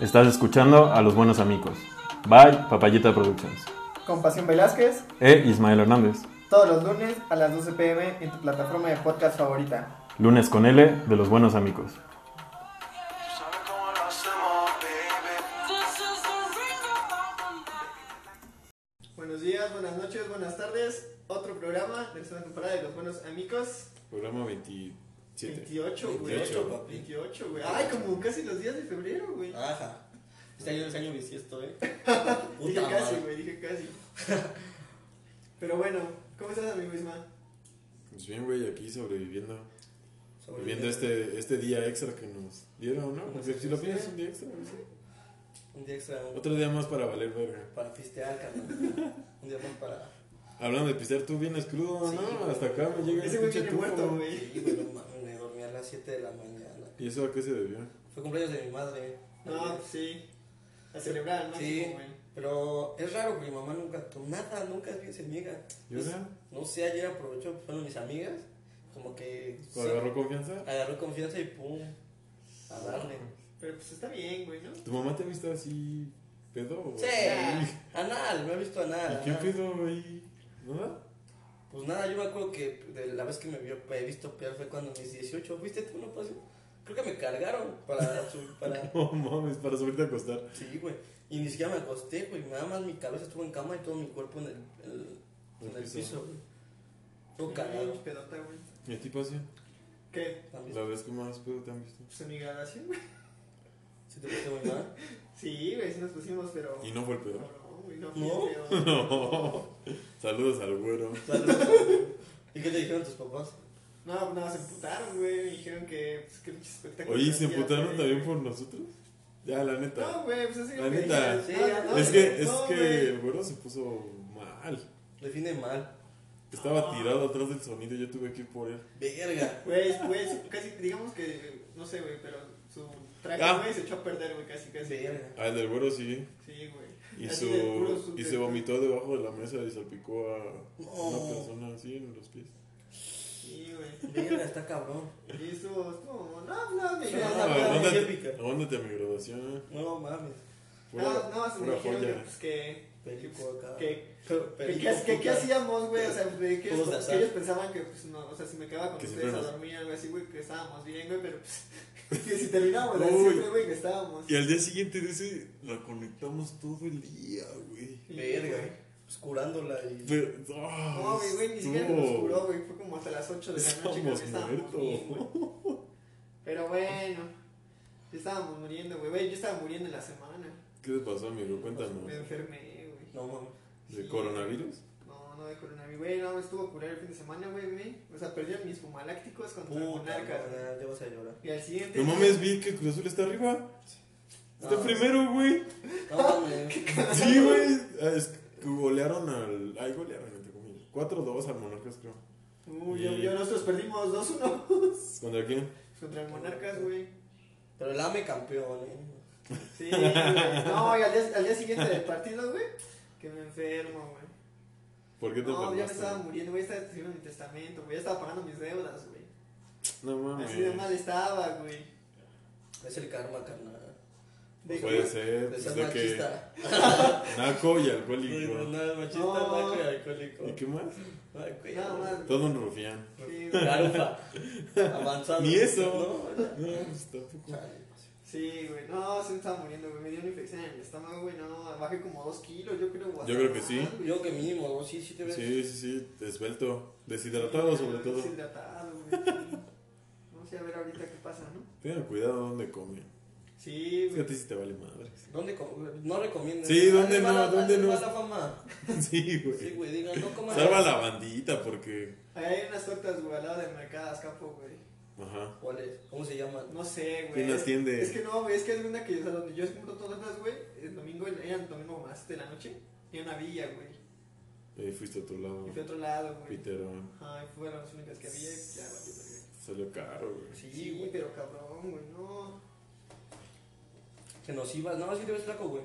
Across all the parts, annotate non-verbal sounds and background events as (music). Estás escuchando a los buenos amigos. Bye, Papayita Productions. Con Pasión Velázquez, E Ismael Hernández. todos los lunes a las 12 pm en tu plataforma de podcast favorita. Lunes con L de los buenos amigos. Tú sabes cómo lo hacemos, baby. Buenos días, buenas noches, buenas tardes. Otro programa de esta temporada de Los Buenos Amigos. Programa 27. 28, güey. 28, papi. 28, güey. Ay, como casi los días de febrero, güey. Ajá. Este año es año bisiesto, eh. (laughs) Dije Puta casi, madre. güey, dije casi. Pero bueno, ¿cómo estás, amigo Isma? Pues bien, güey, aquí sobreviviendo. Sobre- Viviendo este, este día extra que nos dieron, ¿no? Porque si lo Sí. piensas, un día extra. güey, sí. Un día extra Otro día más para valer verga. para pistear, carnal. Un día más para. Hablando de pistear, tú vienes crudo, Sí, ¿no? güey. Hasta acá me llega Ese el güey pinche viene tufo. muerto, güey. Sí, güey, no mames, me dormí a las 7 de la mañana. ¿Y eso a qué se debió? Fue cumpleaños de mi madre. No, pues sí. A celebrar, ¿no? Sí. Como, güey. Pero es raro que mi mamá nunca, pues, nada, nunca bien se niega. ¿Y ahora? No sé, ayer aprovechó, pues, fueron mis amigas, como que sí, ¿Agarró confianza? agarró confianza y pum, a darle. Pero pues está bien, güey, ¿no? ¿Tu mamá te ha visto así pedo? o- Sí, ¿Y anal, no he visto anal. qué anal. pedo, güey? ¿Nada? (laughs) Pues nada, yo me acuerdo que de la vez que me vio, he visto peor fue cuando mis 18, ¿viste tú no pasó? Creo que me cargaron para su- (laughs) para No mames, para subirte a acostar. sí, güey. Y ni siquiera me acosté, güey, nada más mi cabeza estuvo en cama y todo mi cuerpo en el, el- en El el piso. piso, güey. Estuvo cagado. Pedota, güey. ¿Y a ti, Pacio? ¿Qué? También. ¿La vez que más pedo te han visto? Pues en mi graduación, güey. ¿Sí te pusiste muy (laughs) mal? Sí, güey, sí nos pusimos, pero. ¿Y no fue el pedo? No, güey, no, ¿No? fue feo. No. (laughs) Saludos al güero. Saludos. ¿Y qué te dijeron tus papás? No, no, se emputaron, güey. Me dijeron que, pues, que pinche espectáculo. Oye, ¿y ¿se hacía, emputaron güey. también por nosotros? Ya, la No, neta. güey, pues así. La güey, neta. ya, Sí, no, ya, no, es que, es no, que güey. el güero se puso mal. Define mal. Estaba No. tirado atrás del sonido y yo tuve que ir por él. Verga. Güey, pues, casi, digamos que. No sé, güey, pero su traje, Ah. güey, se echó a perder, güey, casi, casi. Verga. Ah, el del güero sí. Sí, güey. Y, Así del puro su, su- y del- se vomitó debajo de la mesa y salpicó a No. una persona así en los pies. Sí, güey. Verga, está cabrón. Y estuvo, estuvo. No, no, me dijeron, Ah, no, no, bueno. no. Aguántate épica. aguántate a mi graduación. No mames. Pura, No, no, se me pura dijeron que, joya. pues, que. Perico acá. que Pero- ¿Qué, perico, qué- qué- qué puta. hacíamos, güey? O sea, de que Juegos de ellos, azar. que ellos pensaban que, pues, no, o sea, si me quedaba con Que ustedes siempre a nos- dormir, algo así, güey, que estábamos bien, güey, pero pues, (laughs) que si terminábamos así, Uy. siempre, güey, que estábamos. Y al día siguiente de ese, la conectamos todo el día, güey. Verga. Pues curándola y. Pero, No, ah, güey, güey, ni siquiera estuvo- nos curó, güey, fue como hasta las 8 de la noche que Estamos estábamos bien, güey. muertos. Pero bueno, ya estábamos muriendo, güey, güey, yo estaba muriendo en la semana. ¿Qué te pasó, amigo? Cuéntanos. Me enfermé, güey. No mames. ¿De coronavirus? No, no de coronavirus, güey, no, estuvo a curar el fin de semana, güey, güey. O sea, perdí a mis fumalácticos contra Puta, monarcas. güey. ya vas a (laughs) llorar. Y al siguiente. No día- mames, vi que Cruz Azul está arriba. Está No. primero, (laughs) güey. No mames. Sí, güey. Ah, Es que golearon al. Ay, golearon, entre comillas. 4-2 al Monarcas, creo. Uy, Eh. yo, yo nosotros perdimos 2-1. ¿Contra quién? (laughs) Contra el Monarcas, güey. Pero el AME campeón, eh. (laughs) Sí, güey. No, y al día, al día siguiente del partido, güey, que me enfermo, güey. ¿Por qué te No, ya me estaba enfermaste? muriendo, güey, estaba escribiendo mi testamento, güey, ya estaba pagando mis deudas, güey. No mames. Así de mal estaba, güey. Es el karma, carnal. De- Puede ser. De Pues ser de que. machista. Naco y No, alcohólico. no, machista, No. naco y alcohólico. ¿Y qué más? Ay, güey. Nada más. Todo un rufián. Sí, güey. Garufa. (laughs) Avanzado. Ni eso. No, No, pues tampoco. Chale, Sí, güey, no, se me estaba muriendo, güey. Me dio una infección en el estómago, güey, no, bajé como 2 kilos, yo creo. o hasta Yo creo que más, sí. güey. Yo que mínimo, ¿no? Sí, sí te ves. Sí, sí, sí. Desvelto. Deshidratado, sobre todo. Deshidratado, güey. sí. No sé, a ver ahorita qué pasa, ¿no? Tengan cuidado donde comen. Sí, Es que a güey. ti sí te vale madre. (laughs) ¿Dónde com- No recomiendas. Sí, ¿dónde no? ¿Dónde no? la fama. Sí, güey. Sí, güey, digan, no coman. Salva la bandita porque. Ahí hay unas tortas, güey, al lado del mercado, escapo, güey. Ajá. ¿Cuál es? ¿Cómo se llaman? No sé, güey. ¿Quién las tiende? Es que no, güey, es que es una que, o sea, donde yo compro todas las, güey, el domingo, era el domingo como a las 7 de la noche, y una villa, güey. Ahí Eh, fuiste a tu lado. Y fui a otro lado, güey. Piterón. Ay, fueron las únicas que había, y ya, valió, verga. Salió caro, güey. Sí, Sí, güey. güey, pero cabrón, güey, no. Que nos ibas. No, sí te ves flaco, güey.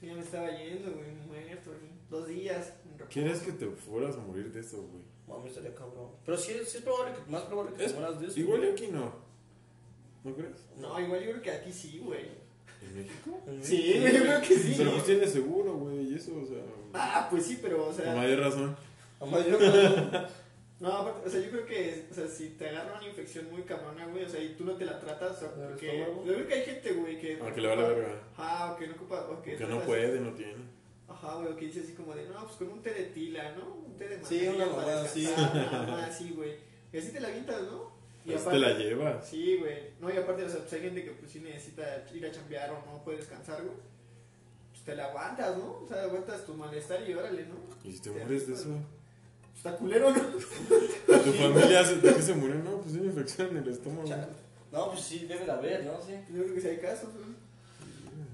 Sí, ya me estaba yendo, güey, muerto, güey. Dos días. en reposo. ¿Quieres que te fueras a morir de eso, güey? Mami, estaría cabrón. Pero sí, es- sí es probable que, más probable que Es- te mueras de eso. Igual y güey. aquí no. ¿No crees? No, igual yo creo que aquí sí, güey. ¿En México? Sí, yo (laughs) creo que sí. Pero pues tiene seguro, güey, y eso, o sea. Ah, pues sí, pero, o Con sea. mayor razón. Mamá, yo cuando- No, aparte, o sea, yo creo que, o sea, si te agarra una infección muy cabrona, güey, o sea, y tú no te la tratas, o sea, ¿El porque. estómago? Yo creo que hay gente, güey, que. Ah, que le vale verga. Ajá, o que no ocupa. O que, Que no o sea, puede, no tiene. Ajá, güey, o que dice así como de, no, pues con un té de tila, ¿no? Un té de Sí, manzanilla una para mamada descansar, una mamada así, güey. Y así te la avientas, ¿no? Y Pues te la llevas. Sí, güey. No, y aparte, o sea, pues hay gente que pues sí necesita ir a chambear o no puede descansar, güey. Pues te la aguantas, ¿no? O sea, aguantas tu malestar y órale, ¿no? Pues, ¿Y si te mueres de eso? Está culero, ¿no? ¿Tu familia se- de qué se murió? No, pues de una infección en el estómago. Chale. No, pues sí, debe de haber, ¿no? Sí. Yo creo que sí hay casos, güey.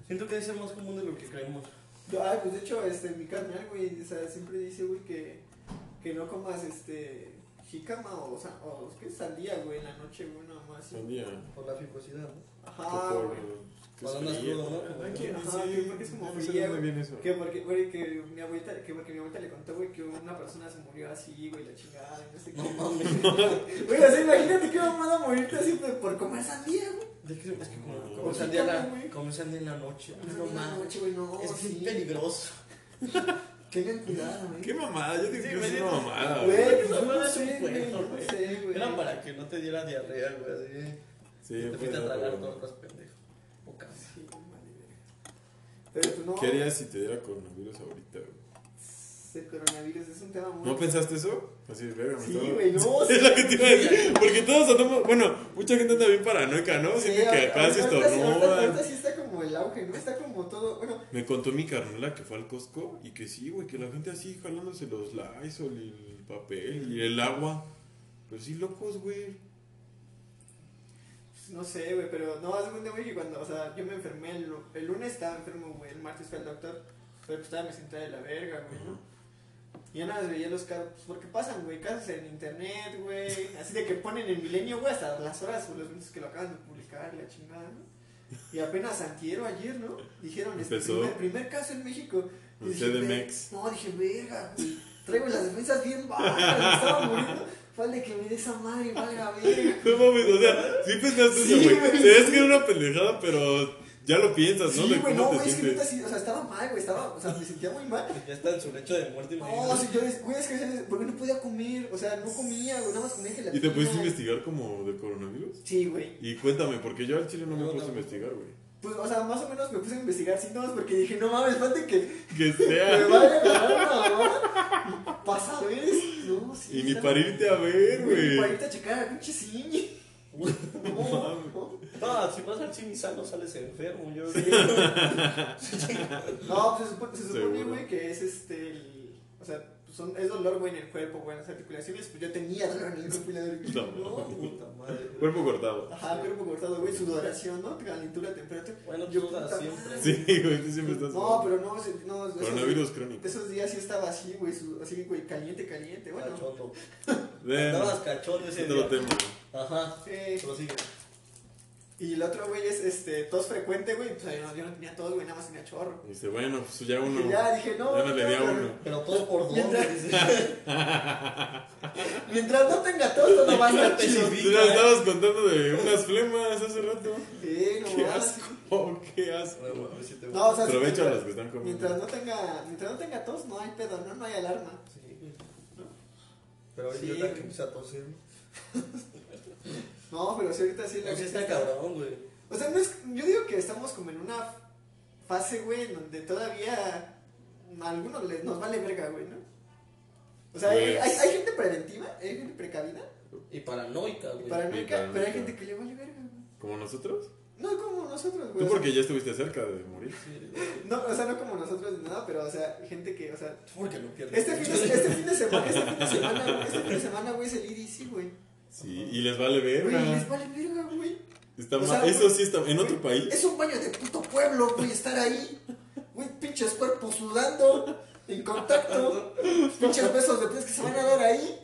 Siento que debe ser más común de lo que creemos. No, ay, pues de hecho, este, mi carnal, güey, o sea, siempre dice, güey, que, que no comas, este, jícama o, sa- o ¿qué? sandía, güey, en la noche, güey, nada más. Un día. Por la fibrosidad, ¿no? Ajá, Ah, güey. Que Cuando andas fría, crudo, ¿no? ¿verdad? Ajá, ¿Quién que dice? porque es como No sé fría, dónde güey. viene eso. Que porque, güey, que mi abuelita, que porque mi abuelita le contó, güey, que una persona se murió así, güey, la chingada, y no sé No qué. mames. Güey, o sea, imagínate qué mamada morirte así por- por comer sandía, güey. (laughs) Es que, es que como, No. como sandía en Quítame, güey. la, como sandía en la noche. No mames. pues, noche, güey, no, Es que es sí. peligroso. Tengan cuidado, güey. ¿Qué mamada? Yo digo Sí, que es güey, una no. mamada, Güey, güey. pues, yo no sé, Era güey, para- yo no sé, güey. Era para que no te diera diarrea, güey. Así. Sí, te pues, fuiste a no, tragar pero- tortas, pendejo. O casi. Sí, vale, verga. Pero tú no. ¿Qué harías si te diera coronavirus ahorita, güey? El coronavirus es un tema muy. ¿No pensaste eso? Así, verga, me Sí, estaba- güey, no. (laughs) Es lo que te iba a decir. Porque todos andamos. Bueno, mucha gente anda bien paranoica, ¿no? Siente que ahorita- acá ahorita se sí- ahorita- Ahorita estornudan. sí está como el auge, ¿no? Está como todo. Bueno, Me contó mi carnala que fue al Costco y que sí, güey, que la gente así jalándose los Lysol y el papel y el agua. Pero sí, locos, güey. pues, no sé, güey, pero no, hace cuenta, güey, que cuando, o sea, yo me enfermé el, lu- el lunes, estaba enfermo, güey, el martes fui al doctor, pero pues estaba me senté de la verga, güey, ¿no? Y ya nada más veía los casos, pues, porque pasan, güey, casos en internet, güey, así de que ponen en milenio, güey, hasta las horas o los minutos que lo acaban de publicar, la chingada, ¿no? Y apenas antiero ayer, ¿no? Dijeron, este, Empezó. primer, primer caso en México. Y En dije, CDMX. "Ve- No, dije, verga, güey, traigo las defensas bien bajas, me estaba muriendo, falta que me dé esa madre, valga verga. No mames, o sea, sí pensaste Sí, eso, güey. güey. Sabías que era una pendejada, pero ya lo piensas, Sí, ¿no? De güey, cómo no, te güey, es que sientes. neta sí, o sea, estaba mal, güey, estaba, o sea, me sentía muy mal. Ya está en su lecho de muerte. No, imagínate. si yo, des- güey, es que, ¿sabes? porque no podía comer, o sea, no comía, güey, nada más comía gelatina. ¿Y te pusiste a investigar como del coronavirus? Sí, güey. Y cuéntame, porque yo al chile no me No, puse a no. investigar, güey. Pues, o sea, más o menos me puse a investigar síntomas porque dije, no mames, falta que (laughs) Que me sea. vaya a agarrar una mamada. Pasa, ¿ves? No, sí. Y ni está- para irte a ver, Güey, ni para güey. irte a checar a pinche ciñe. No, mames. no. No, si vas al cine sano sales enfermo. Yo (laughs) No, pues se supone, se supone, Seguro. güey, que es este. el- o sea, pues, son, es dolor, güey, en el cuerpo, güey, en las articulaciones. Pues yo tenía dolor en el cuerpo y la verga. No, No. puta madre. Cuerpo cortado. Ajá, cuerpo cortado, güey, sudoración, ¿no? Calentura, temperatura. Bueno, pues Yo, tú sudas puta siempre. madre. Sí, güey, tú siempre estás. No, pero no, se- no. esos- Coronavirus crónico. Esos días sí estaba así, güey, su- así, güey, caliente, caliente, bueno. Cachondo. Ven, Estabas cachondo ese otro día. tema. Ajá. Sí. Pero sigue. Y el otro, güey, es este, tos frecuente, güey, pues yo no, yo no tenía tos, güey, nada más tenía chorro. Y dice, bueno, pues ya uno. Y ya dije, no. Ya me le di a no, uno. Pero todo por dos. Mientras- dices. (laughs) Mientras no tenga tos, todo va a estar Te chido. subí, Tú ya ¿eh? estabas contando de unas flemas hace rato. (laughs) Sí, no Qué mames. asco, qué No, asco. mames, sí te- No, o sea, sí, Aprovecha a mientras- los que están Mientras comiendo. no tenga, mientras no tenga tos, no hay pedo, no, no hay alarma. Sí. Pero ahorita Sí, yo güey. que empecé a toser. No, pero si ahorita sí O la sea, gente está cabrón, güey. O sea, no es, yo digo que estamos como en una fase, güey, en donde todavía a algunos les, nos vale verga, güey, ¿no? O sea, hay, Pues- hay- hay gente preventiva, hay gente precavida, Y paranoica, güey. Y paranoica, paranoica. pero hay gente que le vale verga, güey. ¿Como nosotros? No como nosotros, güey. Tú o sea, porque ya estuviste cerca de morir. Sí, No, o sea, no como nosotros ni nada, pero, o sea, gente que, o sea... Porque no pierdes. Este fin, de, (laughs) este fin de semana, este fin de semana, este fin de semana, güey, es el IDC, güey. Sí, y les vale Güey, les verga. vale verga, güey. Está O mal. sea, Eso sí está. En otro país. Es un baño de puto pueblo, güey, estar ahí. Güey, pinches cuerpos sudando, en contacto. Pinches besos de tres que se van a dar ahí.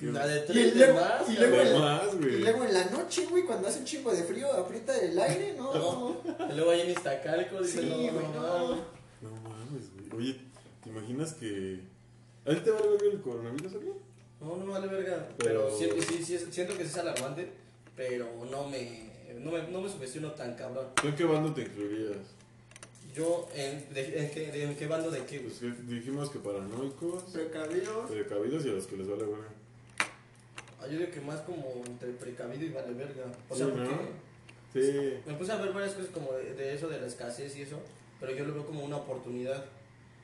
La de Y tres de luego- más. y la luego de- el- De Y más, güey. luego en la noche, güey, cuando hace un chingo de frío, aprieta el aire, ¿no? No. Y luego ahí en Iztacalco. Sí, dice, güey, no, no, no. no. No mames, güey. Oye, ¿te imaginas que. ¿A ti te vale verga el coronavirus, alguien? No, no me vale verga. Pero- Pero, siento, sí, sí, siento que sí es alarmante. pero no me, no me, no me sugestiono tan cabrón. ¿Tú en qué bando te incluirías? Yo, ¿en, de- en qué, de- en qué bando de qué, güey? Pues que dijimos que paranoicos, Precavidos. precavidos y a los que les vale verga. Ah, Yo digo que más como entre precavido y vale verga. O Sí, sea, ¿no? porque Sí. me puse a ver varias cosas como de, de eso, de la escasez y eso, pero yo lo veo como una oportunidad.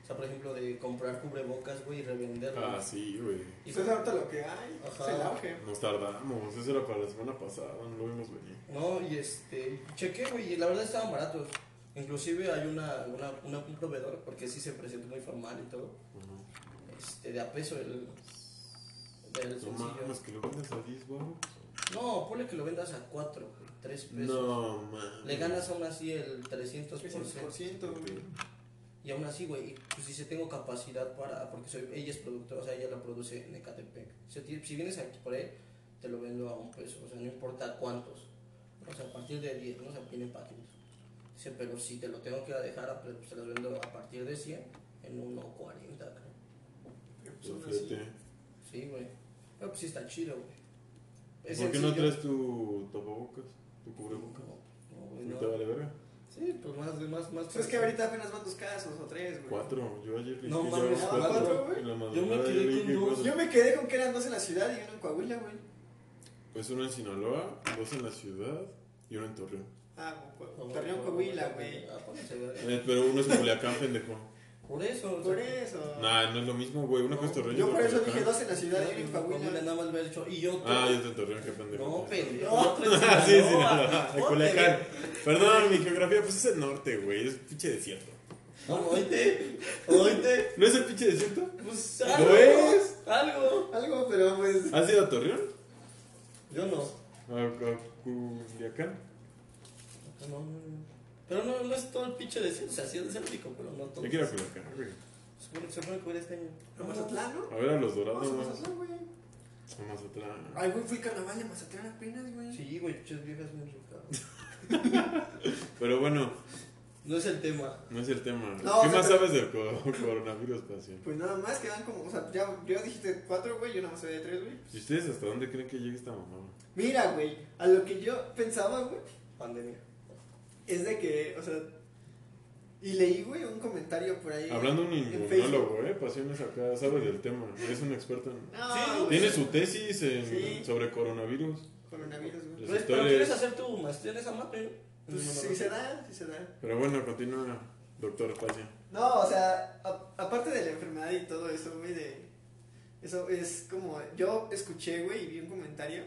O sea, por ejemplo, de comprar cubrebocas, güey, y revenderlo. Ah, sí, güey. Y Eso es ahorita lo que hay. Ajá. Es el auge. Nos tardamos, eso era para la semana pasada, no lo vimos venir. No, y este, chequé, güey, y la verdad estaban baratos. Inclusive hay una, una, una- un proveedor, porque sí se presentó muy formal y todo, este, de a peso el, del No sencillo. mames, que lo vendas a 10 baros. No, ponle que lo vendas a 4, 3 pesos. No mames. Le ganas aún así el 300%. 300%, güey. Y aún así, güey, y, pues sí se tengo capacidad para, porque soy, ella es productora, o sea, ella la produce en Ecatepec. O sea, ti- si vienes aquí por él, te lo vendo a un peso, o sea, no importa cuántos. O sea, a partir de 10, no se viene paquetes. Dice, pero si te lo tengo que dejar, a pre- pues te las vendo a partir de 100 en 1.40, creo. Pues Pues, aún así, flete. Sí, güey. Pero pues sí está chido, güey. Es ¿Por qué no sencillo. traes tu tapabocas? Tu cubrebocas. No, güey, ¿No no. te vale verga? Sí, pues más, más, más. Pues es que ahorita apenas van dos casos o tres, güey. Cuatro. Yo ayer le No dije, mames, llevamos ¿cuatro, güey? En la madrugada Yo me quedé le con dije, dos. "Cuatro". Yo me quedé con que eran dos en la ciudad y uno en Coahuila, güey. Pues uno en Sinaloa, dos en la ciudad y uno en Torreón. Ah, con Co- Torreón, Coahuila, güey. Ah, pónganse, güey. Eh, pero uno es en Culiacán, (laughs) pendejo. Por eso, o Por sea, eso. Nah, no es lo mismo, güey. Una No, cosa es Torreón y Yo otra por eso Culiacán. dije dos en la ciudad y uno en Coahuila Coahuila. nada más me has dicho, y yo Ah, yo estoy en Torreón, qué pendejo. (laughs) Ah, No, pendejo. No. (laughs) otro en sí, sí, Sinaloa. no, en Culiacán. Perdón, mi geografía, pues es el norte, güey. Es pinche desierto. No, oíste, oíste. ¿No es el pinche desierto? Pues ¿No algo. es? Algo. Algo, pero pues. ¿Has ido a Torreón? Yo no. ¿A, a Culiacán? No, no, no. Pero no, no es todo el pinche desierto. O sea, sí es el único, pero no todo. Yo quiero a Culiacán, güey. Supone- supone que hubiera este año. ¿A Mazatlán, no? A ver a los Vamos dorados, a más. Mazatlán, güey. A Mazatlán. Ay, güey, fui carnaval de Mazatlán apenas, güey. Sí, güey, muchas viejas bien ricas. Pero bueno, (laughs) No es el tema. no es el tema. No, ¿Qué o sea, más pero- sabes del co- coronavirus, pasión? Pues nada más quedan como, o sea, ya, ya dijiste cuatro, güey, yo nada más sabía de tres, güey. ¿Y ustedes hasta dónde creen que llegue esta mamá? Mira, güey, a lo que yo pensaba, güey, Pandemia. es de que, o sea, y leí, güey, un comentario por ahí. Hablando un en Facebook. Ah, inmunólogo, ¿eh? Pasiones acá, sabe del tema. Es un experto en... No, Sí, güey. Tiene su tesis en- Sí. sobre coronavirus. Coronavirus, güey. Las Pero, es- pero historias. quieres hacer tu maestría en esa madre, ¿no? Pues No, no, sí no. se da, sí se da. Pero bueno, continúa, doctor Pasión. No, o sea, a- aparte de la enfermedad y todo eso, güey, de... Eso es como, yo escuché, güey, y vi un comentario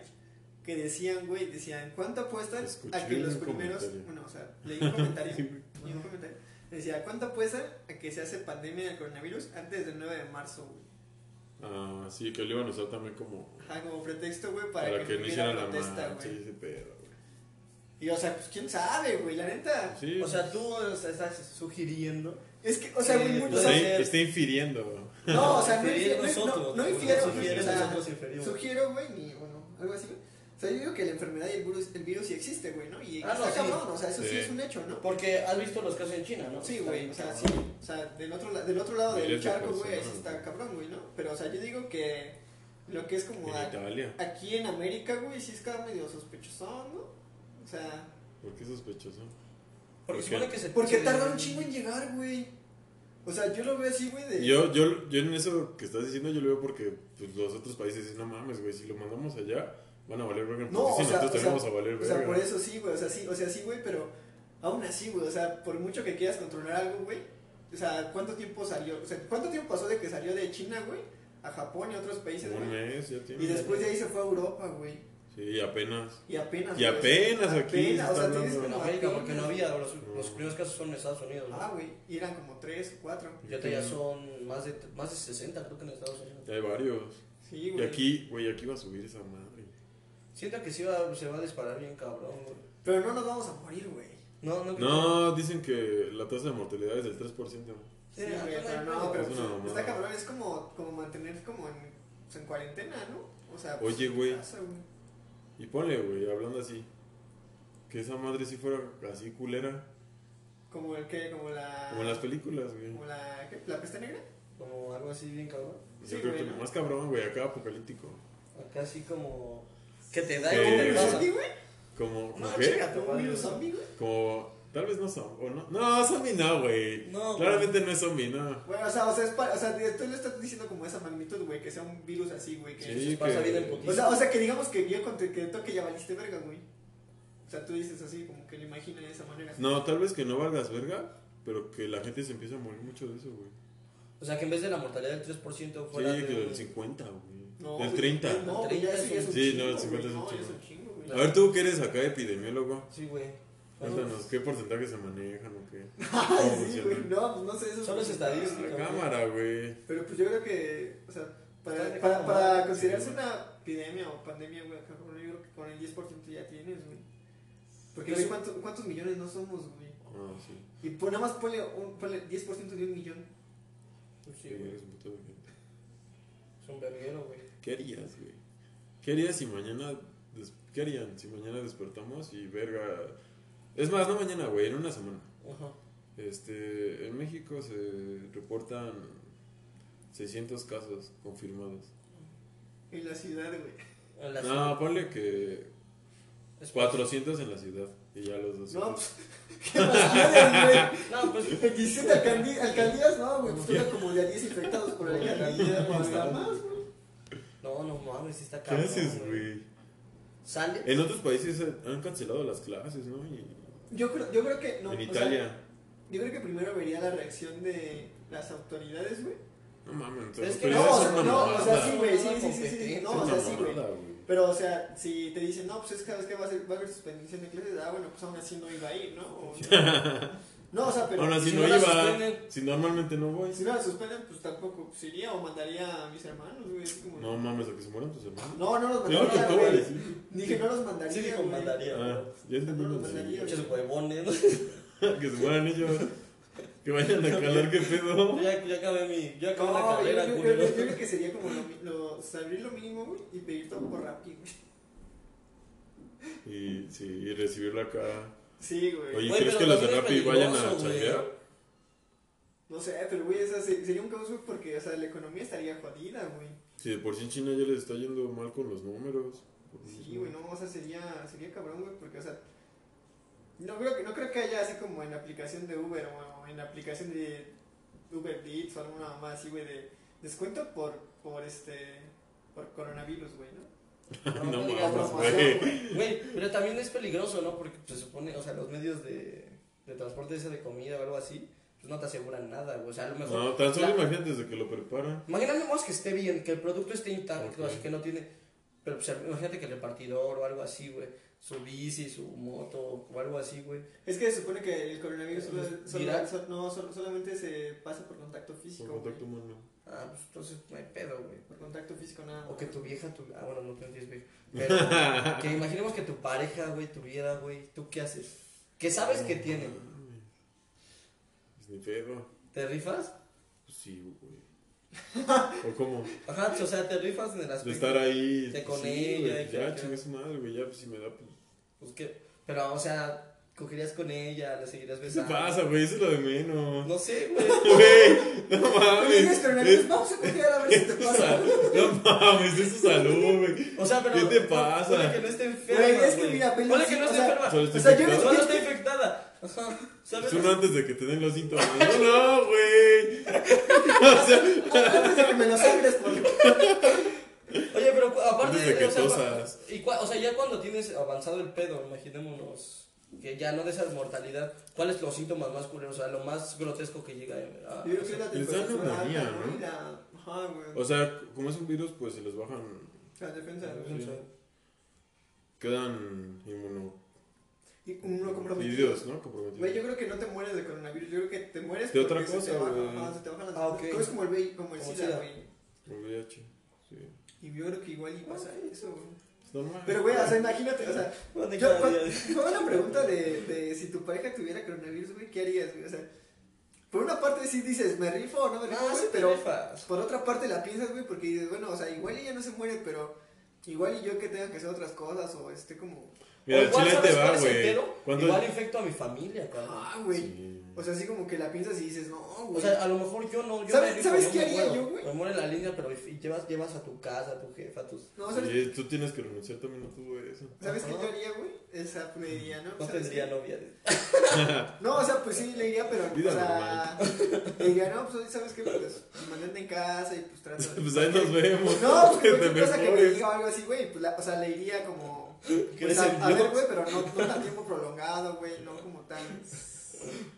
que decían, güey, decían, ¿cuánto apuestan Escuché a que un los primeros... comentario. Bueno, o sea, leí un comentario, (laughs) Sí, güey. leí un comentario. Decía, ¿cuánto apuestan a que se hace pandemia del coronavirus antes del 9 de marzo, güey? Ah, sí, que lo iban a usar también como... Ajá, como pretexto, güey, para, Para, que, no no hubiera hicieran la protesta, marcha güey. y ese pedo, güey. Y, o sea, pues, ¿quién sabe, güey? La neta. Sí, O pues. sea, tú o sea, estás sugiriendo. Es que, o sea, Sí, güey, pues, muchos... está, sí. in- está infiriendo. No, o sea, no Inferir infiero, no, nosotros, no güey, infiero, sugiere, o sea, nosotros inferimos. sugiero, güey, ni, bueno, algo así, güey. O sea, yo digo que la enfermedad y el virus, el virus sí existe, güey, ¿no? Y Ah, está no, sí. cabrón, o sea, eso sí. Sí. es un hecho, ¿no? Porque has visto los casos en China, ¿no? Sí, Está güey, bien, o sea, sí, cabrón. o sea, del otro, la- del otro lado del Miles de charco, güey, sí personas, está güey. cabrón, güey, ¿no? Pero, o sea, yo digo que lo que es como En a- Italia. aquí en América, güey, sí está medio sospechoso, ¿no? O sea, ¿Por qué sospechoso? Porque ¿Por qué? supone que se. porque se- tarda un chingo en llegar, güey. O sea, yo lo veo así, güey, de... Yo, yo, yo en eso que estás diciendo, yo lo veo porque pues, los otros países dicen, no mames, güey, si lo mandamos allá, van a valer verga. No, Porque o si sea, nosotros o sea, también vamos a valer O sea, verga. por eso sí, güey, o sea, sí, o sea, sí, güey, pero aún así, güey, o sea, por mucho que quieras controlar algo, güey, o sea, ¿cuánto tiempo salió? O sea, ¿cuánto tiempo pasó de que salió de China, güey, a Japón y otros países, Un güey? mes ya tiene. Y después de ahí se fue a Europa, güey, Sí, apenas. y apenas. güey, Y apenas aquí apenas, se o sea, está tú dices hablando. En como América, apenas. porque no había. Los, los primeros casos son en Estados Unidos. ¿no? Ah, güey, y eran como tres o cuatro. Y ahorita ya son más de, más de 60, creo que en Estados Unidos. Ya hay varios. Sí, Y güey. aquí, güey, aquí va a subir esa madre. Siento que sí va, se va a disparar bien cabrón, güey. Pero no nos vamos a morir, güey. No, no. No, dicen que la tasa de mortalidad es del 3%. Sí, Sí, ah, güey, pues, pero ahí, no, güey. pero Es una pues, mamada. está cabrón, es como, como mantener como en, pues, en cuarentena, ¿no? O sea, pues, Oye, en tu güey. casa, güey. Y ponle, güey, hablando así. Que esa madre sí fuera así culera. Como el que, como la. Como en las películas, güey. Como la, ¿qué? ¿La peste negra? Como algo así bien cabrón. Yo sí, creo güey, que ¿no? más cabrón, güey, acá apocalíptico. Acá así como. ¿Qué te da y Sí. qué te ¿Qué? pasa? zombie, güey? Como, No, ¿qué? chinga, tu Madre. virus zombie, güey. Como, tal vez no zombie, o no. No, zombie no, güey. No, Claramente no es zombie, no. Bueno, o sea, o sea, es pa- o sea, tú le estás diciendo como esa magnitud, güey, que sea un virus así, güey. que- Sí, Se pasa que- bien en putiza. O sea, o sea, que digamos que yo con que te toque ya valiste verga, güey. O sea, tú dices así, como que lo imaginas de esa manera. No, tal vez que no valgas verga, pero que la gente se empiece a morir mucho de eso, güey. O sea, que en vez de la mortalidad del 3% fuera Sí, de... que el 50, güey. No, El güey, 30. No, güey, ya eso ya es un Sí, chingo. no, el 50 güey, es un no, ya chingo. chingo, güey. A ver, tú que eres acá epidemiólogo, Sí, güey. cuéntanos qué porcentaje se manejan o qué. (laughs) Ay, ¿Cómo sí, funciona? güey, no, pues no sé, eso es Son las estadísticas. Ah, cámara, güey. Pero pues yo creo que, o sea, para, Está para, dejando para mal, considerarse sí, una epidemia o pandemia, güey, acá, cabrón, yo creo que con el 10% ya tienes, güey. Porque Pues- güey, ¿cuántos, cuántos millones no somos, güey. Ah, sí. Y pues nada más ponle, un, ponle 10% de un millón. Pues Sí, güey. Eres un puto valiente. Es un verguero, güey. ¿Qué harías, güey? ¿Qué harías si mañana. des- ¿Qué harían si mañana despertamos y verga. Es más, no mañana, güey, en una semana. Ajá. Este. En México se reportan 600 casos confirmados. En la ciudad, güey. En la No, ponle que Es- (laughs) 400 en la ciudad y ya los 200. No, pues, ¿qué más quieres, güey? No, pues... 27 alcaldi- alcaldías, no, güey, pues era como de a 10 infectados por Por alcaldía, alcaldía, güey, hasta güey. más, güey. No, no mames, está ¿Qué cabrón, haces, güey? Eh, ¿Sale? En otros países han cancelado las clases, ¿no? Y Yo creo, yo creo que no. en o sea, Italia. yo creo que primero vería la reacción de las autoridades, güey. No mames, Es que pero pues no, o sea, eso es una no, o sea, mamada. sí, güey, sí, sí, sí, sí, sí, Es no, o una sea, sí, güey. mamada, güey. Pero, o sea, si te dicen, no, pues es que sabes que va a, ser, va a haber suspensión de clases, ah, bueno, pues aún así no iba a ir, ¿no? O- (laughs) no, o sea, pero Aún así si no, no la iba. suspenden. Si normalmente no voy. si no la suspenden, pues tampoco pues, iría o mandaría a mis hermanos, güey. así como- No mames, a que se mueran tus hermanos. no, no los Yo lo que mandaría, acabo de güey. decir. Dije, no los mandaría, Sí, dijo güey. mandaría, Ah, güey. ya entendí No, no, lo que no, sí. Muchos huevones, ¿no? (laughs) Que se mueran ellos. Que vayan a calar, qué pedo. Yo (laughs) ya, yo acabé mi... Yo acabé No, la carrera, yo, yo- yo- culero. yo creo que sería como lo, mi- lo, salir lo mínimo, güey, y pedir todo por Rappi, güey. Y sí, y recibirlo acá. Sí, güey. Oye, Güey, ¿crees pero que los de también es Rappi vayan a peligroso, güey. chambear? No sé, pero, güey, o sea, se- sería un caos, güey, porque, o sea, la economía estaría jodida, güey. Si de por sí en China ya les está yendo mal con los números. por lo Sí, mismo. güey, no, o sea, sería, sería cabrón, güey, porque, o sea, no creo, que, no creo que haya así como en la aplicación de Uber o en la aplicación de Uber Eats o alguna mamá así, güey, de descuento por, por este, por coronavirus, güey, ¿no? No no digas mames, mamadas, güey. Güey, pero también es peligroso, ¿no? Porque se supone, o sea, los medios de, de transporte, ese de comida o algo así, pues no te aseguran nada, güey. O sea, a lo mejor. No, tan solo la- imagínate desde que lo preparan. Imaginemos que esté bien, que el producto esté intacto, Ok. así que no tiene. Pero pues, imagínate que el repartidor o algo así, güey. Su bici, su moto o algo así, güey. Es que se supone que el coronavirus solo, solo- ¿Viral? so- no, solo- solamente se pasa por contacto físico, Por güey. contacto humano. Ah, pues entonces no hay pedo, güey. Por contacto físico, nada. O más. que tu vieja, tu... ah, bueno, no tú no tienes vieja. Pero que imaginemos que tu pareja, güey, tuviera, güey. ¿Tú qué haces? Que sabes que tiene. Pues ni pedo. ¿Te rifas? Pues sí, güey. ¿O cómo? Ajá, o sea, te rifas en el aspecto. De estar ahí. pues De con sí, ella güey, y Ya, que- chingue su madre, güey. Ya, pues si me da. Pues, Pues que, pero, o sea, cogerías con ella, la seguirías ¿Qué se besando. pasa, güey? Eso es lo de menos. No sé, güey. (laughs) Güey, no Pero tienes mames. coronavirus, Es- vamos a coger a ver si te (laughs) pasa. No mames, es su salud, güey. O sea, pero. ¿Qué te pon- pasa? Ponle que no esté enferma. Güey, es que güey. mira, Pelo, Ponle sí, que no o esté sea, enferma. Solo O está sea, yo infectado. Solo está infectada. Ajá, ¿sabes? Es uno antes de que te den los síntomas. No, no, güey. O sea, Antes de que me lo sangres, por (laughs) Oye, pero cu- aparte. Antes de que o sea, tosas. cua- y cua- o sea, ya cuando tienes avanzado el pedo, imaginémonos. Que ya no de esa mortalidad. ¿Cuáles los síntomas más culeros? O sea, lo más grotesco que llega. eh, ah, a- Yo creo que es la Les da temperatura neumonía, alta, ¿no? ¿no? Y la- Ajá, güey. o sea, como es un virus, pues se les bajan. La defensa. güey. Sí. Quedan inmuno. Y uno comprometido. Dios, ¿no? Comprometidos. Güey, yo creo que no te mueres de coronavirus. Yo creo que te mueres De otra porque se cosa, te baja, güey. ajá, se te bajan las Ah, ok. como Es como el, VI como el Como SIDA, SIDA. güey. Por VIH. Sí. Y yo creo que igual y pasa Ah, eso, güey. Es normal. Pero, güey, o sea, imagínate, o sea. Bueno, (laughs) de Yo, cada cu- día. (laughs) fue una pregunta de, de si tu pareja tuviera coronavirus, güey, ¿qué harías, güey? O sea, por una parte sí dices, ¿me rifo o no me rifo? No, güey? Ah, sí te pero rifas. por otra parte la piensas, güey, porque dices, bueno, o sea, igual ella no se muere, pero Igual y yo que tenga que hacer otras cosas o esté como. Mira, O el chile ¿sabes te va, cuál es el güey. pedo? Cuando- Igual infecto a mi familia, cabrón. Ah, güey. Sí. O sea, así como que la piensas y dices, no, güey. O sea, a lo mejor yo no. Yo ¿Sabes- me sabes yo qué me haría muero. yo, güey? Me muero en la línea, pero y llevas, llevas a tu casa, a tu jefa, a tus. no, ¿sabes, Oye, tú tienes que renunciar también a todo (laughs) eso. (laughs) ¿sabes qué yo Ajá. haría, güey? Esa, me diría, ¿no? No ¿Sabes tendría qué? novia. No, o sea, pues sí, le diría, pero. Vida o sea, le diría, no, pues ¿sabes qué? Pues mantente en casa y pues trata de. (laughs) Pues ahí nos vemos. No, pues (laughs) Que cualquier te cosa que me mejores. diga o algo así, güey, pues, la- o sea, le diría como, pues, eres a, el a ver, Dios. güey, pero no, no tan tiempo prolongado, güey, no como tan...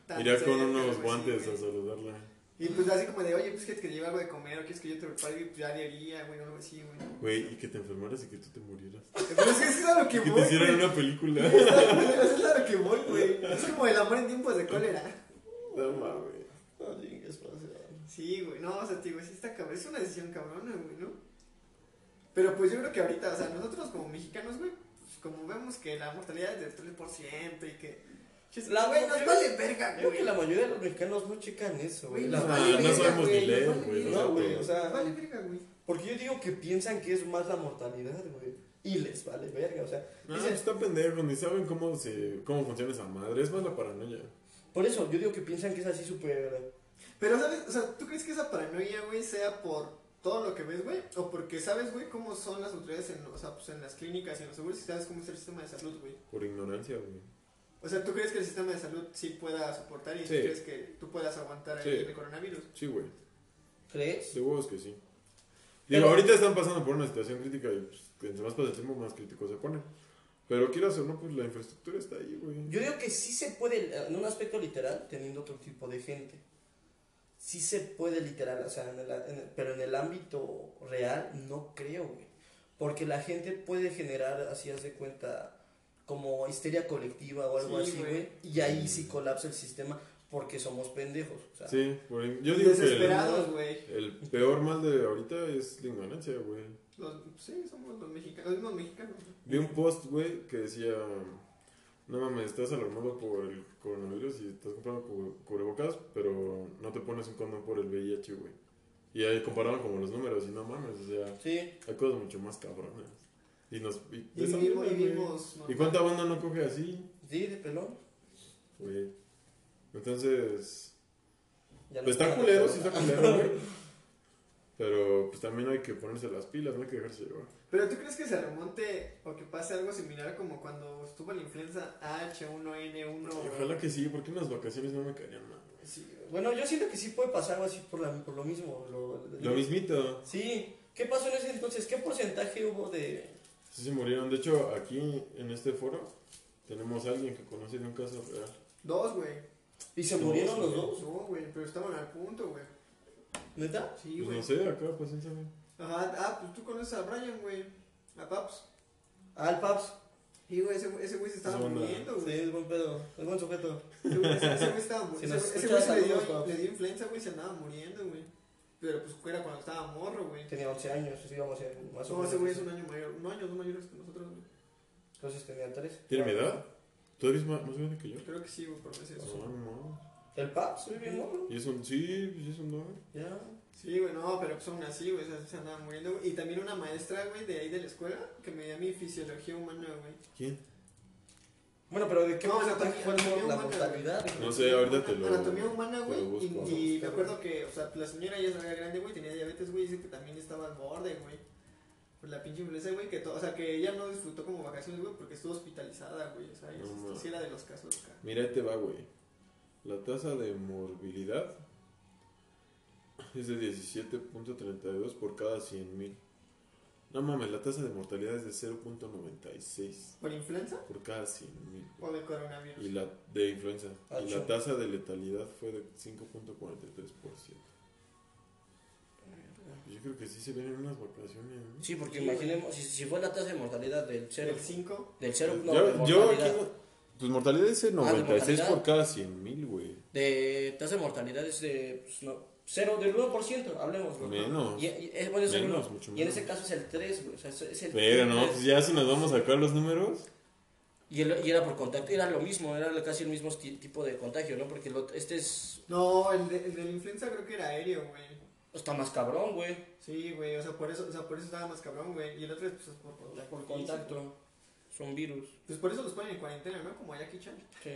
tan Irá con cerca, unos güey, guantes sí, a güey. saludarla. Y pues así como de, oye, pues quieres que te lleve algo de comer o quieres que yo te prepare, y pues ya le haría, güey, o algo así, güey. Güey, y que te enfermaras y que tú te murieras. Pero es que es a lo que Y (laughs) voy, que te güey. hicieran una película. (laughs) Es a lo que voy, güey. Es como el amor en tiempos (laughs) de cólera. No mames. No chingues, pues, paseado. Sí, güey, no, o sea, te digo, sí está cabrón, es una decisión cabrona, güey, ¿no? Pero pues yo creo que ahorita, o sea, nosotros como mexicanos, güey, pues, como vemos que la mortalidad es del 3% y que... Chis- La- güey, nos vale verga, Creo que güey. la mayoría de los mexicanos no checan eso, güey. Güey, La- nos no, vale no verga, sabemos güey, ni nos leer, vale güey, verga, No, güey, o Nos sea. vale verga, güey. Porque yo digo que piensan que es más la mortalidad, güey. Y les vale verga, o sea. Ah. No, dicen- está pendejo, ni saben cómo, se, cómo funciona esa madre. Es más la paranoia. por eso, yo digo que piensan que es así súper. Pero, ¿sabes? O sea, ¿tú crees que esa paranoia, güey, sea por todo lo que ves, güey? O porque sabes, güey, cómo son las autoridades en, o sea, pues, en las clínicas y en los seguros y sabes cómo es el sistema de salud, güey. Por ignorancia, güey. O sea, ¿tú crees que el sistema de salud sí pueda soportar y tú Sí. crees que tú puedas aguantar Sí. el coronavirus? Sí, güey. ¿Crees? De huevos que sí. Digo, Pero- ahorita están pasando por una situación crítica y pues, que entre más pasa el tiempo, más críticos se ponen. Pero quieras o no, pues la infraestructura está ahí, güey. Yo digo que sí se puede, eh, en un aspecto literal, teniendo otro tipo de gente. Sí se puede literal, o sea, en el- en el- pero en el ámbito real no creo, güey. Porque la gente puede generar, así haz de cuenta, como histeria colectiva o algo Sí, así, güey. güey. Y ahí sí colapsa el sistema porque somos pendejos. O sea, Sí, por in- yo digo que el, Desesperados, güey. el peor mal de ahorita es la ignorancia, güey. Los- Sí, somos los mexicanos, los mismos mexicanos. güey. Vi un post, güey, que decía, no mames, estás alarmado por el coronavirus y estás comprando cu- cubrebocas, pero no te pones un condón por el VIH, güey. Y ahí comparaban como los números y no mames, o sea, Sí, hay cosas mucho más cabrones. Y nos... Y, Y vivimos, esa y mierda, güey. vivimos ¿Y normal. cuánta banda no coge así? sí, de pelón. Güey. Entonces, Ya pues está está culero, sí está culero, güey. Pero pues también hay que ponerse las pilas, no hay que dejarse llevar. Pero tú crees que se remonte o que pase algo similar como cuando estuvo la influenza H1N1. Y güey? Ojalá que sí, porque unas vacaciones no me caerían mal. güey. Sí, Bueno, yo siento que sí puede pasar algo así por, la- por lo mismo. lo- Lo mismito, Sí, ¿qué pasó en ese entonces? ¿Qué porcentaje hubo de...? sí se murieron. De hecho, aquí en este foro tenemos a alguien que conoce de un caso real. Dos, güey. ¿Y se Dos, murieron los güey. dos? No, güey, pero estaban al punto, güey. ¿Neta? Sí, Pues güey. no sé, acá pues quién sabe. Ajá, ah, pues tú conoces a Brian, güey. A Paps. Ah, el Paps. Sí, güey, ese güey ese güey se estaba Es buena. muriendo, Sí, güey. es buen pedo, es buen sujeto. Ese güey ese- ese güey estaba mu- Si ese nos güey- ese escuchas, güey se le saludos, dio, Paps. le dio influenza, güey, se andaba muriendo, güey. Pero pues era cuando estaba morro, güey. Tenía 11 años, sí, vamos a ser más o No, menos. ese güey es un año mayor, un año, dos mayores que nosotros, güey. Entonces tenía 3. ¿Tiene mi edad? ¿Tú eres más, más grande que yo? Creo que sí, güey, por decir eso. No, no. ¿El Paps? Muy bien, ¿no? Y es un sí, pues es un no. Ya. Sí, güey, no, pero pues aún así, güey, o sea, se andaban muriendo. güey. Y también una maestra, güey, de ahí de la escuela, que me dio mi fisiología humana, güey. ¿Quién? Bueno, pero ¿de qué No, porcentaje anatomía- fue anatomía la humana, mortalidad? No sé, ahorita te lo. Anatomía humana, te güey. lo busco. Y, y me acuerdo que, o sea, la señora ya sabía grande, güey, tenía diabetes, güey, dice que también estaba al borde, güey. Por la pinche influenza, güey, que todo, o sea, que ella no disfrutó como vacaciones, güey, porque estuvo hospitalizada, güey, o sea, No ella mames. sí era de los casos, acá. Mira, ahí te va, güey. La tasa de morbilidad es de 17.32 por cada 100.000. No mames, la tasa de mortalidad es de 0.96 ¿Por influenza por cada 100.000. o de Y coronavirus? la de influenza. Ah, Y la chum. tasa de letalidad fue de 5.43%. Yo creo que sí se vienen unas vacaciones. ¿no? Sí, porque Sí, imaginemos, si, si fue la tasa de mortalidad del 0, ¿El 5? del 0, no, de yo, yo mortalidad, Ah, aquí. no- Pues mortalidad es de 96 mortalidad. por cada 100.000, güey. de tasa de mortalidad es de, pues, no, 0, del 1%, hablemos, güey. Menos. Y, y- es, bueno, es el Menos, uno. mucho Y en menos. ese caso es el 3, güey, o sea, es, es el Pero no, triple. pues ya si nos vamos a sacar los números. Y, el- y era por contacto, era lo mismo, era casi el mismo ti- tipo de contagio, ¿no? Porque el otro- este es. No, el de, el de la influenza creo que era aéreo, güey. O pues está más cabrón, güey. Sí, güey, o sea, por eso, o sea, por eso estaba más cabrón, güey. Y el otro es pues, por, por, Por contacto. Son virus. Pues por eso los ponen en cuarentena, ¿no? Como a Jackie Chan. Sí.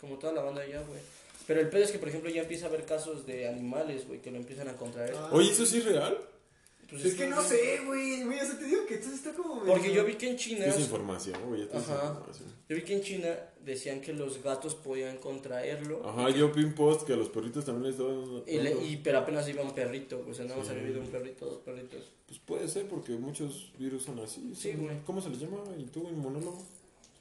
Como toda la banda ya, güey. Pero el pedo es que, por ejemplo, ya empieza a haber casos de animales, güey, que lo empiezan a contraer. Ah. Oye, ¿eso sí es real? Pues es que no sé, güey. Güey, o sea, te digo que esto está como. medio- Porque yo vi que en China, Es información, güey, ya tienes Ajá. información. yo vi que en China decían que los gatos podían contraerlo. Ajá, yo vi un post que a los perritos también les daban... Y, le- y- pero apenas iba un perrito, pues nada más Sí. había ido un perrito, dos perritos. Pues puede ser, porque muchos virus son así. Sí, son- güey. ¿Cómo se les llama? ¿Y tú, inmunólogo?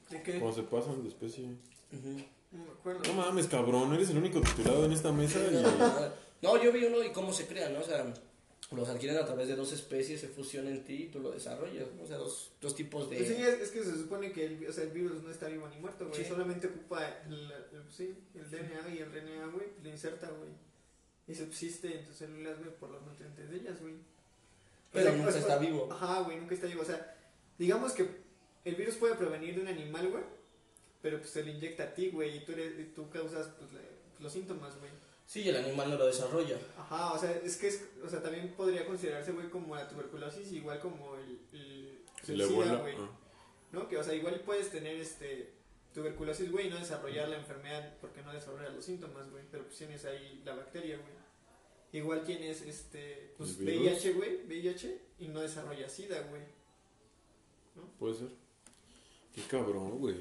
¿De qué? Pues, Cuando se pasan de especie. Ujú. No me acuerdo. No mames, cabrón, eres el único titulado en esta mesa y... No, yo vi uno y cómo se crean, ¿no? O sea, los adquieren a través de dos especies, se fusionan en ti y tú lo desarrollas, ¿no? O sea, dos, dos tipos de... Pues sí, es, es que se supone que el, o sea, el virus no está vivo ni muerto, güey. Sí. Solamente ocupa el, el- sí, el DNA y el RNA, güey. Lo inserta, güey. Y subsiste en tus células, güey, por los nutrientes de ellas, güey. Pero O sea, nunca o sea, está vivo. Ajá, güey, nunca está vivo. O sea, digamos que el virus puede provenir de un animal, güey. Pero pues se lo inyecta a ti, güey. Y tú, eres, y tú causas pues, la- los síntomas, güey. Sí, el animal no lo desarrolla. Ajá, o sea, es que es, o sea, también podría considerarse, güey, como la tuberculosis, igual como el, el, y el la SIDA, abuela... güey. ah. ¿no? Que, o sea, igual puedes tener este tuberculosis, güey, y no desarrollar la enfermedad porque no desarrollas los síntomas, güey, pero pues tienes ahí la bacteria, güey. Igual tienes este, pues ¿El virus? VIH, güey, VIH, y no desarrollas SIDA, güey. Puede ser. Qué cabrón, güey.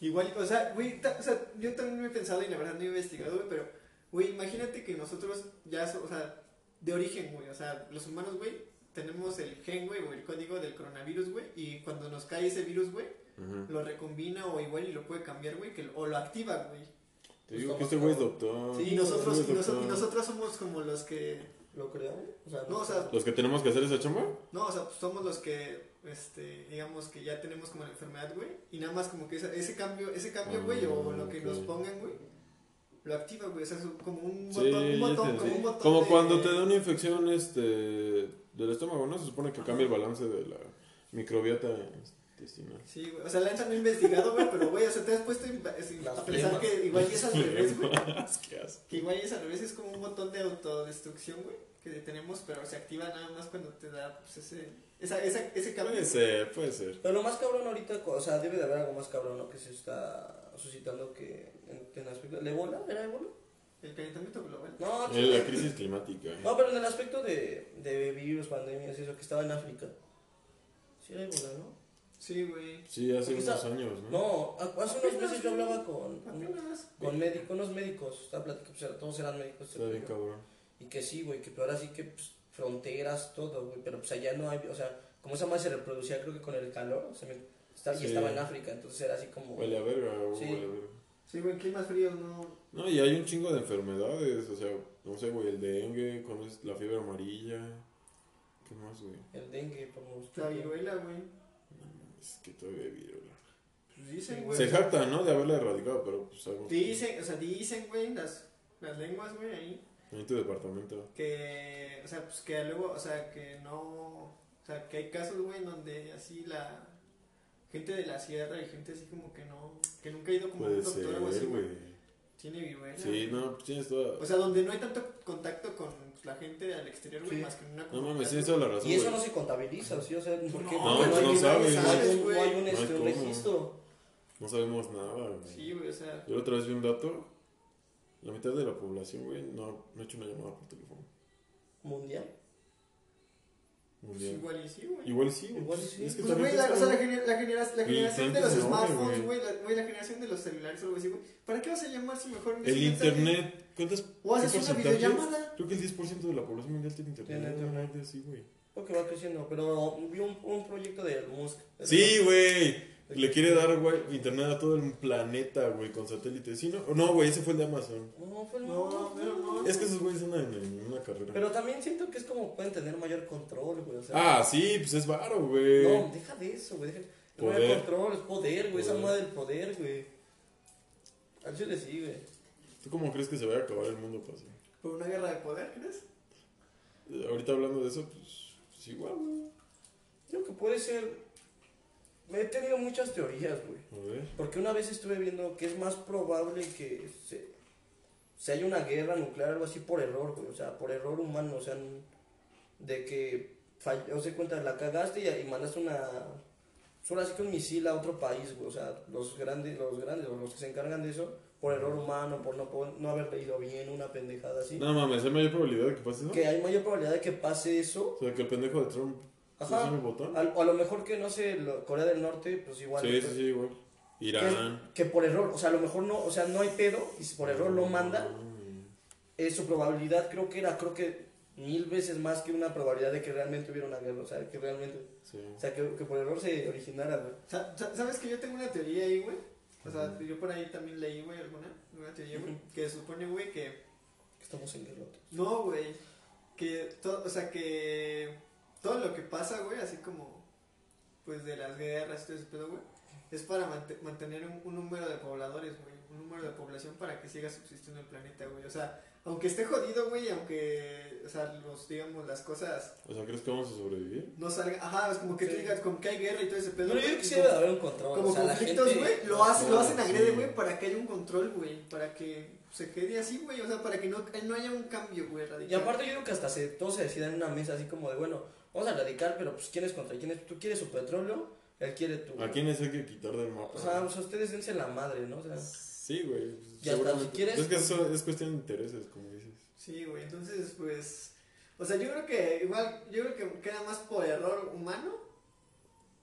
Igual, o sea, güey, ta- o sea, yo también me he pensado y la verdad no he investigado, güey, pero, güey, imagínate que nosotros ya, so- o sea, de origen, güey, o sea, los humanos, güey, tenemos el gen, güey, o el código del coronavirus, güey, y cuando nos cae ese virus, güey, Ajá. lo recombina o igual y lo puede cambiar, güey, que lo- o lo activa, güey. Pues Te digo que este güey es doctor. Ah, Sí, y Este nosotros, güey y, es noso- doctor. y nosotros somos como los que. ¿Lo crearon? O sea, No, o sea, ¿Los que tenemos que hacer esa chamba? No, o sea, pues somos los que, este, digamos que ya tenemos como la enfermedad, güey. Y nada más como que esa- ese cambio, ese cambio, güey, o Ah, lo que ok. nos pongan, güey, lo activa, güey. O sea, es como un Sí, botón, un ya botón, te- como sí. un botón. Como de- cuando te da una infección este, del estómago, ¿no? Se supone que cambia el balance de la microbiota intestinal. (laughs) Sí, güey. O sea, Lanza no ha investigado, güey, pero, güey, o sea, te has puesto in- es- Las a pensar flemas. que igual y es al revés, güey. ¿Qué haces? Que igual y es al revés, es como un botón de autodestrucción, güey, que tenemos, pero se activa nada más cuando te da, pues, ese, esa, esa, ese cambio. Puede ser, puede ser. Pero lo más cabrón ahorita, o sea, debe de haber algo más cabrón, ¿no? Que se está suscitando que en, en aspecto... ¿El ébola? ¿Era ébola? El calentamiento global. No, Eh, La crisis climática. no, pero en el aspecto de, de virus, pandemias y eso, que estaba en África. Sí era ébola, ¿no? Sí, güey. Sí, hace Aquí está- unos años, ¿no? No, a- hace unos meses yo hablaba con... Apenas. Con médicos, unos médicos, estaba platicando, pues, era- todos eran médicos. Está bien cabrón. Y que sí, güey, que pero ahora sí que pues, fronteras, todo, güey, pero pues allá no hay, o sea, como esa madre se reproducía creo que con el calor, o sea, me- estaba, Sí. y estaba en África, entonces era así como... Huele a verga, güey, Sí. huele a verga. Sí, güey, en climas fríos no. No, y hay un chingo de enfermedades, o sea, no sé, güey, el dengue, conoces la fiebre amarilla. ¿Qué más, güey? El dengue, como... La viruela, güey. No mames, que todavía hay viruela. Pues dicen, güey. Se jactan, ¿no? De haberla erradicado, pero pues algo. Dicen, o sea, dicen, güey, las, las lenguas, güey, ahí. En tu departamento. Que, o sea, pues que luego, o sea, que no. O sea, que hay casos, güey, en donde así la. Gente de la sierra y gente así como que no. Que nunca ha ido como a un Puede doctor o algo así, ser, güey. güey. Tiene viruela. Sí, no, pues tienes toda. O sea, donde no hay tanto contacto con pues, la gente al exterior, güey, Sí. más que en una No comunidad, mames, tienes toda la razón. Y eso güey. no se contabiliza, ¿sí? O sea, ¿por qué? No, Porque pues, no hay, sabes, no hay un, güey. no hay un, No hay este, un cómo. registro. No sabemos nada, güey. Sí, güey, o sea. Yo la otra vez vi un dato. La mitad de la población, güey, no, no ha hecho una llamada por teléfono. Mundial. Pues Mundial. igual y sí, güey. Igual sí, güey. Igual y sí. Es que Pues, güey, también la, está o sea, la, cabrón. gener- la genera- la Y generación de tantos los nombres, smartphones, güey, güey. la, güey, la generación de los celulares o algo así, güey. ¿Para qué vas a llamar si mejor me El sigues aquí? internet. ¿Cuántas? O haces qué una porcentaje? videollamada. Creo que el 10% de la población mundial tiene internet. Tiene no internet. mames, sí, güey. Porque va creciendo, pero vi un, un proyecto de Musk. Sí, güey. Le quiere dar, güey, internet a todo el planeta, güey, con satélites. Sí, no, no, güey, ese fue el de Amazon. No, fue el No, pero no. Es que esos güeyes andan en, en una carrera. Pero también siento que es como pueden tener mayor control, güey, o sea... ah, sí, pues es varo, güey. No, deja de eso, güey. Deja... No hay Poder. control, es poder, güey. Esa Poder. madre del poder, güey. Al chile sí, güey. ¿Tú cómo crees que se vaya a acabar el mundo, pase? ¿Por una guerra de poder, crees? Eh, Ahorita hablando de eso, pues, pues igual, güey. Creo que puede ser. Me he tenido muchas teorías, güey. A ver. Porque una vez estuve viendo que es más probable que se, si hay una guerra nuclear algo así por error, güey, o sea, por error humano, o sea, n- de que falló, se cuenta, la cagaste y, y mandaste una, solo así que un misil a otro país, güey, o sea, los grandes, los grandes, o los que se encargan de eso, por error humano, por no, po- no haber leído bien una pendejada así, No mames, hay mayor probabilidad de que pase eso. que hay mayor probabilidad de que pase eso, O sea, que el pendejo de Trump Ajá. presione el botón. a, a lo mejor que, no sé, lo- Corea del Norte, pues igual. Sí, sí, sí, güey. Que, Irán. que por error, o sea, a lo mejor no, o sea, no hay pedo, y si por error lo mandan, eh, su probabilidad creo que era, creo que mil veces más que una probabilidad de que realmente hubiera una guerra, o sea, que realmente, Sí. o sea, que, que por error se originara, güey. Sa- sa- ¿Sabes que yo tengo una teoría ahí, güey? O sea, yo por ahí también leí, güey, alguna, una teoría, güey, Ujú. que supone, güey, que... Que estamos en guerra. todos. No, güey, que todo, o sea, que todo lo que pasa, güey, así como, pues, de las guerras y todo ese pedo, güey, es para mante- mantener un, un número de pobladores, güey, un número de población para que siga subsistiendo el planeta, güey, o sea, aunque esté jodido, güey, aunque, o sea, los, digamos, las cosas O sea, ¿crees que vamos a sobrevivir? no salgan, ajá, es como que Sí. tú digas, como que hay guerra y todo ese pedo, Pero güey, yo creo y que sí como- debe de haber un control, como o sea, la conflictos, gente- güey, lo hacen, lo hacen sí. agrede, güey, para que haya un control, güey, para que se quede así, güey, o sea, para que no, no haya un cambio, güey, radical. Y aparte yo creo que hasta se, todos se decidan en una mesa así como de, bueno, vamos a radicar, pero pues quién es contra quién es, tú quieres su petróleo, él quiere tu... ¿A quiénes hay que quitar del mapa? O sea, o sea, ustedes dense la madre, ¿no? O sea, Sí, güey. pues, Ya está, seguramente. si quieres- Es que eso es cuestión de intereses, como dices. Sí, güey, entonces, pues, o sea, yo creo que igual, yo creo que queda más por error humano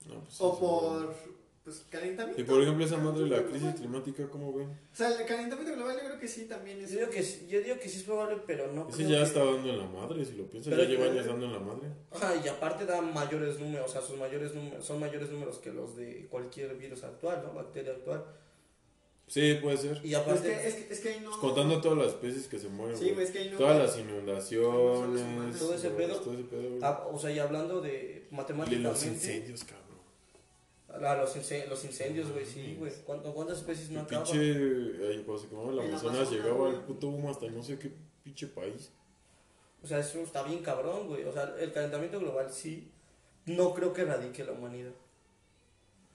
No, pues, sí, o seguro. por, pues, calentamiento. Y por ejemplo, esa madre de la crisis climática, ¿cómo ven? O sea, el calentamiento global yo creo que sí también yo es... digo que, sí- yo digo que sí es probable, pero no Ese creo ya que- está dando en la madre, si lo piensas, ya Pero- lleva años dando en la madre. Ajá, y aparte da mayores números, o sea, sus mayores números, son mayores números que los de cualquier virus actual, ¿no? Bacteria actual. Sí, puede ser. Y Es aparte, que, es, que, es que ahí no... Pues, contando todas las especies que se mueren, Sí, güey, es que ahí no... Todas las No inundaciones, son los humanos. Todo ese güey, pedo. todo ese pedo, güey. ah, o sea, y hablando de Y los matemáticamente, incendios, cabrón. a los, ince- los incendios, güey, sí, güey. ¿Cuánto- ¿Cuántas especies no El acaban? pinche. Ahí, cuando se quemaba la El Amazonas, Amazonas, llegaba güey. el puto humo hasta no sé qué pinche país. O sea, eso está bien cabrón, güey. O sea, el calentamiento global sí, no creo que erradique la humanidad.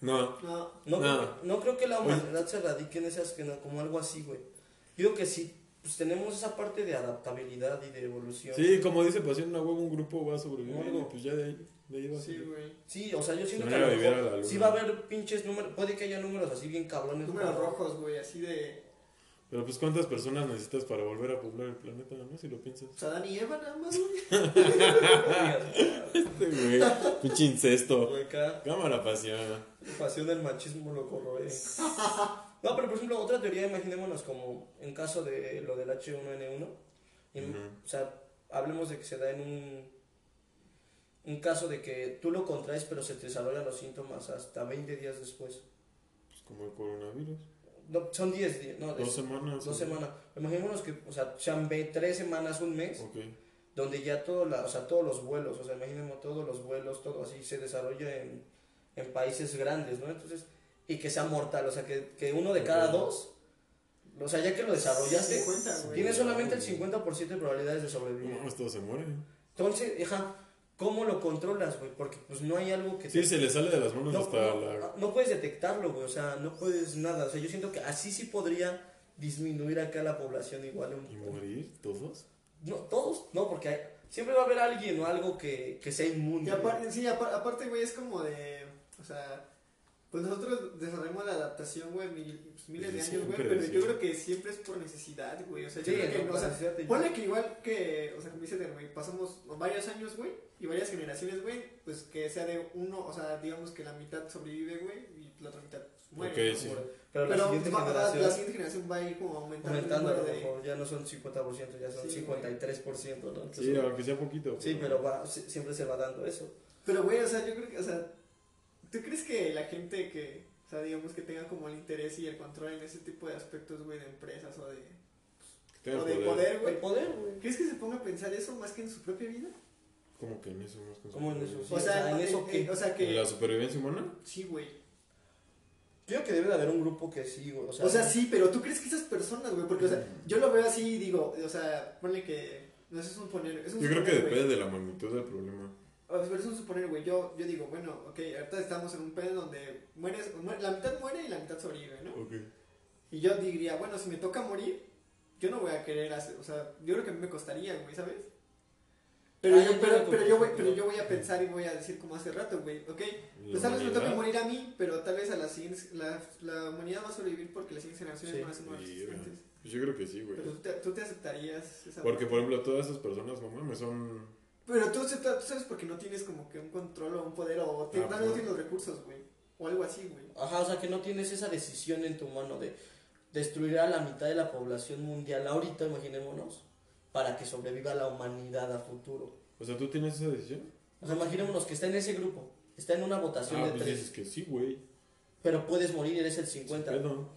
No, No, No, No. Creo, que, no creo que la Pues- humanidad se radique en esas, en- como algo así, güey. Yo creo que sí, pues tenemos esa parte de adaptabilidad y de evolución. sí, como dice Pasión, una huevo, un grupo va a sobrevivir. Algo. y pues ya de ahí, de ahí va a sí, ser. güey. Sí, o sea, yo siento que Se van a a lo vivir mejor a la sí va luna. a haber pinches números, puede que haya números así bien cabrones. Números como- rojos, güey, así de... Pero pues, ¿cuántas personas necesitas para volver a poblar el planeta, no? Si lo piensas. (laughs) O sea, Dan y Eva nada más, güey. (laughs) Obvias, Este, güey, pinche incesto. güey, acá, Cámara, Pasión. pasión del machismo lo (laughs) corroe. No, pero por ejemplo, otra teoría, imaginémonos como en caso de lo del H1N1, y, Ujú. o sea, hablemos de que se da en un, un caso de que tú lo contraes, pero se te desarrollan los síntomas hasta 20 días después. Pues como el coronavirus. No, son 10 días, no, Dos es- semanas. dos semanas. Imaginémonos que, o sea, sean ve- tres semanas, un mes. Ok. donde ya todo la- o sea, todos los vuelos, o sea, imaginemos todos los vuelos, todo así se desarrolla en, en países grandes, ¿no? Entonces, y que sea mortal, o sea, que, que uno de cada Ujú. dos, o sea, ya que lo Te desarrollaste, cuenta, güey. tienes solamente el 50% de probabilidades de sobrevivir. No, esto se muere. Entonces, ajá, ¿cómo lo controlas, güey? Porque pues no hay algo que Sí, se le sale de las manos no, hasta no, la. no puedes detectarlo, güey, o sea, no puedes nada, o sea, yo siento que así sí podría disminuir acá la población igual un ¿Y morir todos? no, todos, no, porque hay- siempre va a haber alguien o algo que, que sea Y inmune. aparte, sí, apar- aparte, güey, es como de. O sea, pues nosotros desarrollamos la adaptación, güey, mil- pues, miles de Sí, años, güey, siempre, pero yo sí. creo que siempre es por necesidad, güey. O sea, yo Sí, creo que. no, o sea, pues, fíjate, yo- ponle que igual que. O sea, como dice Dan, güey, pasamos varios años, güey, y varias generaciones, güey, pues que sea de uno, o sea, digamos que la mitad sobrevive, güey, y la otra mitad pues, muere. Ok, ¿no? sí. Muere. Pero, Pero la siguiente va- la, generación la siguiente generación va a ir como aumentando, aumentando a el lo número de. mejor, ya no son 50%, ya son Sí, 53%, ¿no? Que Sí, son- aunque sea poquito. sí, pero va, si- siempre se va dando Eh, eso. Pero, güey, o sea, yo creo que, o sea, ¿tú crees que la gente que, o sea, digamos que tenga como el interés y el control en ese tipo de aspectos, güey, de empresas o de, Que tenga o de poder. poder, El güey? poder, güey. ¿Crees que se ponga a pensar eso más que en su propia vida? Como que en eso más con Como en eso, supervivencia. Sí, o sea, ¿en eso qué? o sea, ¿En la que, supervivencia humana? sí, güey. Yo creo que debe de haber un grupo que sí, güey. O sea, O sea, sí, pero ¿tú crees que esas personas, güey? Porque, o sea, Mm. yo lo veo así y digo, o sea, ponle que, no sé, es un poner, es un Yo creo que suponer, güey. depende de la magnitud del problema. O sea, pero es un suponer, güey, yo, yo digo, bueno, ok, ahorita estamos en un pedo donde mueres, muere- la mitad muere y la mitad sobrevive, ¿no? Ok. Y yo diría, bueno, si me toca morir, yo no voy a querer hacer, o sea, yo creo que a mí me costaría, güey, ¿sabes? Pero, Ah, yo, yo pero, entiendo tu pero yo voy, perspectiva. pero yo voy a pensar y voy a decir como hace rato, güey, ¿ok? La Pues tal vez me humanidad. toque morir a mí, pero tal vez a las siguientes, la, la humanidad va a sobrevivir porque las siguientes generaciones Sí, van a ser más Verga. resistentes. Pues Yo creo que sí, güey. Pero tú te, tú te aceptarías esa Porque, por ejemplo, todas esas personas, no mames, son. Pero tú, acepta- tú sabes porque no tienes como que un control o un poder o te- Ah, tal vez pues no no. tienes los recursos, güey. O algo así, güey. Ajá, o sea que no tienes esa decisión en tu mano de destruir a la mitad de la población mundial ahorita, imaginémonos, para que sobreviva la humanidad a futuro. O sea, tú tienes esa decisión. O sea, imaginémonos que está en ese grupo, está en una votación Ah, de pues tres, dices que sí, güey. pero puedes morir, eres el 50. Pedo.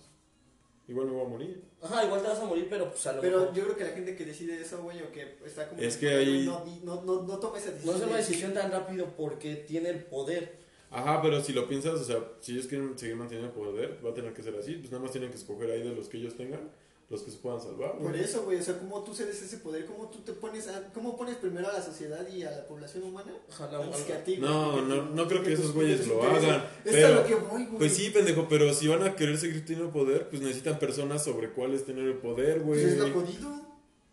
Igual me voy a morir. Ajá, igual te vas a morir, pero pues a lo Pero mejor- yo creo que la gente que decide eso, güey, o que está como... Es que ahí- No, no, no, no toma esa no decisión. es una de- decisión tan rápido porque tiene el poder. Ajá, pero si lo piensas, o sea, si ellos quieren seguir manteniendo el poder, va a tener que ser así. Pues nada más tienen que escoger ahí de los que ellos tengan, los que se puedan salvar. güey. Por eso, güey, o sea, ¿cómo tú cedes ese poder? ¿Cómo tú te pones a- ¿Cómo pones primero a la sociedad y a la población humana? Ajá, la- Antes que a ti, güey, No, porque no, tú- no creo porque que tus esos güeyes propios lo intereses- hagan, Es pero- a lo que voy, güey. Pues sí, pendejo, pero si van a querer seguir teniendo poder, pues necesitan personas sobre cuáles tener el poder, güey. Pues Pues es lo jodido.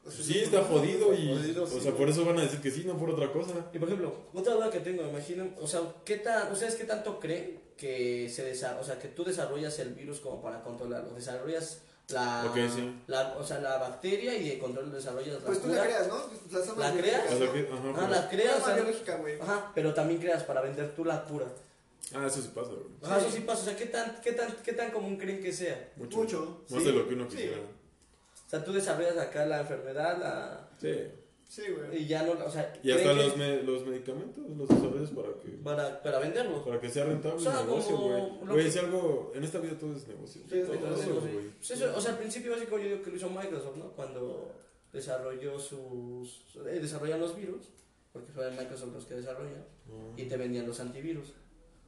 O sea, Sí, está jodido y. Jodido, o sí, sea, güey. por eso van a decir que sí, no por otra cosa. Y por ejemplo, otra duda que tengo, imaginen, o sea, ¿qué tan, ¿ustedes qué tanto creen que se desa- o sea, que tú desarrollas el virus como para controlarlo? Desarrollas la, Ok, sí. la o sea, la bacteria y de control desarrollas la Pues tú cura. la creas, ¿no? Pues las armas ¿La creas? O biológicas, sea, ¿no? que- ajá, Ajá, pero- la creas, Arma o sea, biológica, güey. ajá, pero también creas para vender tú la cura. Ah, eso sí pasa, güey. Ajá, Sí. eso sí pasa, o sea, ¿qué tan, qué tan, qué tan común creen que sea? Mucho. Mucho. Más Sí. de lo que uno Sí. quisiera. O sea, tú desarrollas acá la enfermedad, la Sí. Sí, güey. y ya no, o sea, Y hasta creen que- los, me- los medicamentos los desarrollas para que, para, para venderlo. para que sea rentable O sea, el negocio, como güey. lo Güey, que- si algo. En esta vida todo es negocio. Sí, es Todo negocio, eso, sí. güey. Pues eso, o sea, al principio básico yo digo que lo hizo Microsoft, ¿no? Cuando desarrolló sus... eh, desarrollan los virus, porque fueron Microsoft los que desarrollan, Ah. y te vendían los antivirus.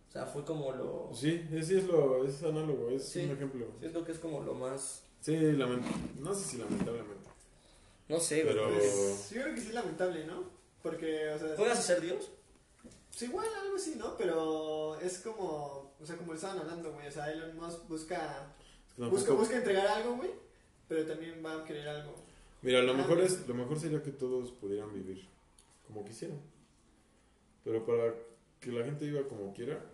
O sea, fue como lo... Sí, es, sí es, lo, es análogo, es Sí. un ejemplo. Siento que es como lo más... Sí, lament- no sé si lamentablemente. No sé, güey. Pero- Pues, yo creo que sí es lamentable, ¿no? Porque, o sea, ¿Juegas a ser Dios? pues igual algo así, ¿no? Pero es como, o sea, como lo estaban hablando, güey. O sea, Elon Musk busca, Es que tampoco- busca, busca entregar algo, güey. Pero también va a querer algo. Mira, lo mejor, es, lo mejor sería que todos pudieran vivir como quisieran. Pero para que la gente viva como quiera,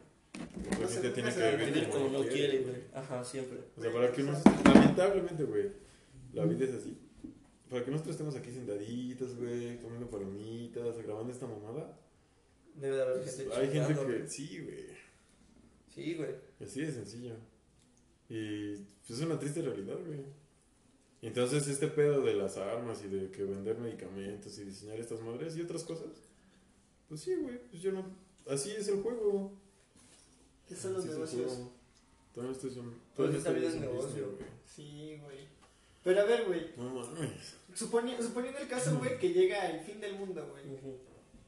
la No sé, gente nunca tiene se que va a vivir entender como, lo quiere. güey. Ajá, siempre. O sea, para que nosotros, lamentablemente, güey, la vida es así. Para que nosotros estemos aquí sentaditos, güey, comiendo palomitas, grabando esta mamada. Debe de haber pues, gente hay gente chingando, que... güey. Sí, güey. Sí, güey. Así de sencillo. Y pues, es una triste realidad, güey. Y Entonces, este pedo de las armas y de que vender medicamentos y diseñar estas madres y otras cosas, pues sí, güey, pues yo no. Así es el juego. ¿Qué son los Así es el negocios? juego. Todo esto es un. Pues todo esta esto vida es un negocio. business, Sí, güey. Pero a ver, güey. güey. No mames. suponi- suponiendo el caso, güey, que llega el fin del mundo, güey.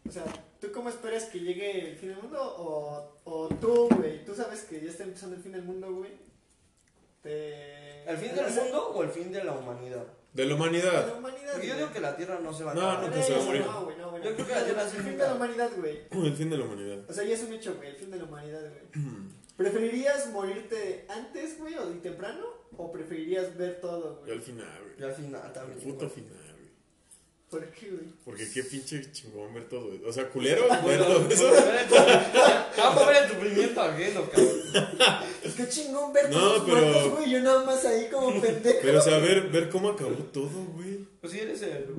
O sea, ¿tú cómo esperas que llegue el fin del mundo? O, o tú, güey, tú sabes que ya está empezando el fin del mundo, güey. Te... ¿El fin del o sea, mundo o el fin de la humanidad? de De la La humanidad. (clears throat) humanidad. Porque yo güey. digo que la Tierra no se va a No, acabar. no, Por que se va a eso, morir. No, güey, no, güey. Yo creo que la Tierra sí El fin nunca. de la humanidad, güey. El fin de la humanidad. O sea, ya es un hecho, güey, el fin de la humanidad, güey. (clears throat) ¿Preferirías morirte antes, güey, o y temprano? ¿O preferirías ver todo, Y güey? al final, Y güey. al final El también. puto güey. final, güey. ¿Por qué, güey? Porque qué pinche chingón ver todo. eso. O sea, culero ver Bueno, todo vamos eso. a ver (laughs) el sufrimiento- vamos a ver el sufrimiento ajeno, cabrón. Qué chingón ver No, todos los pero- muertos, güey, yo nada más ahí como (laughs) pendejo. Pero, o sea, ver, ver cómo acabó todo, güey. Pues si eres el.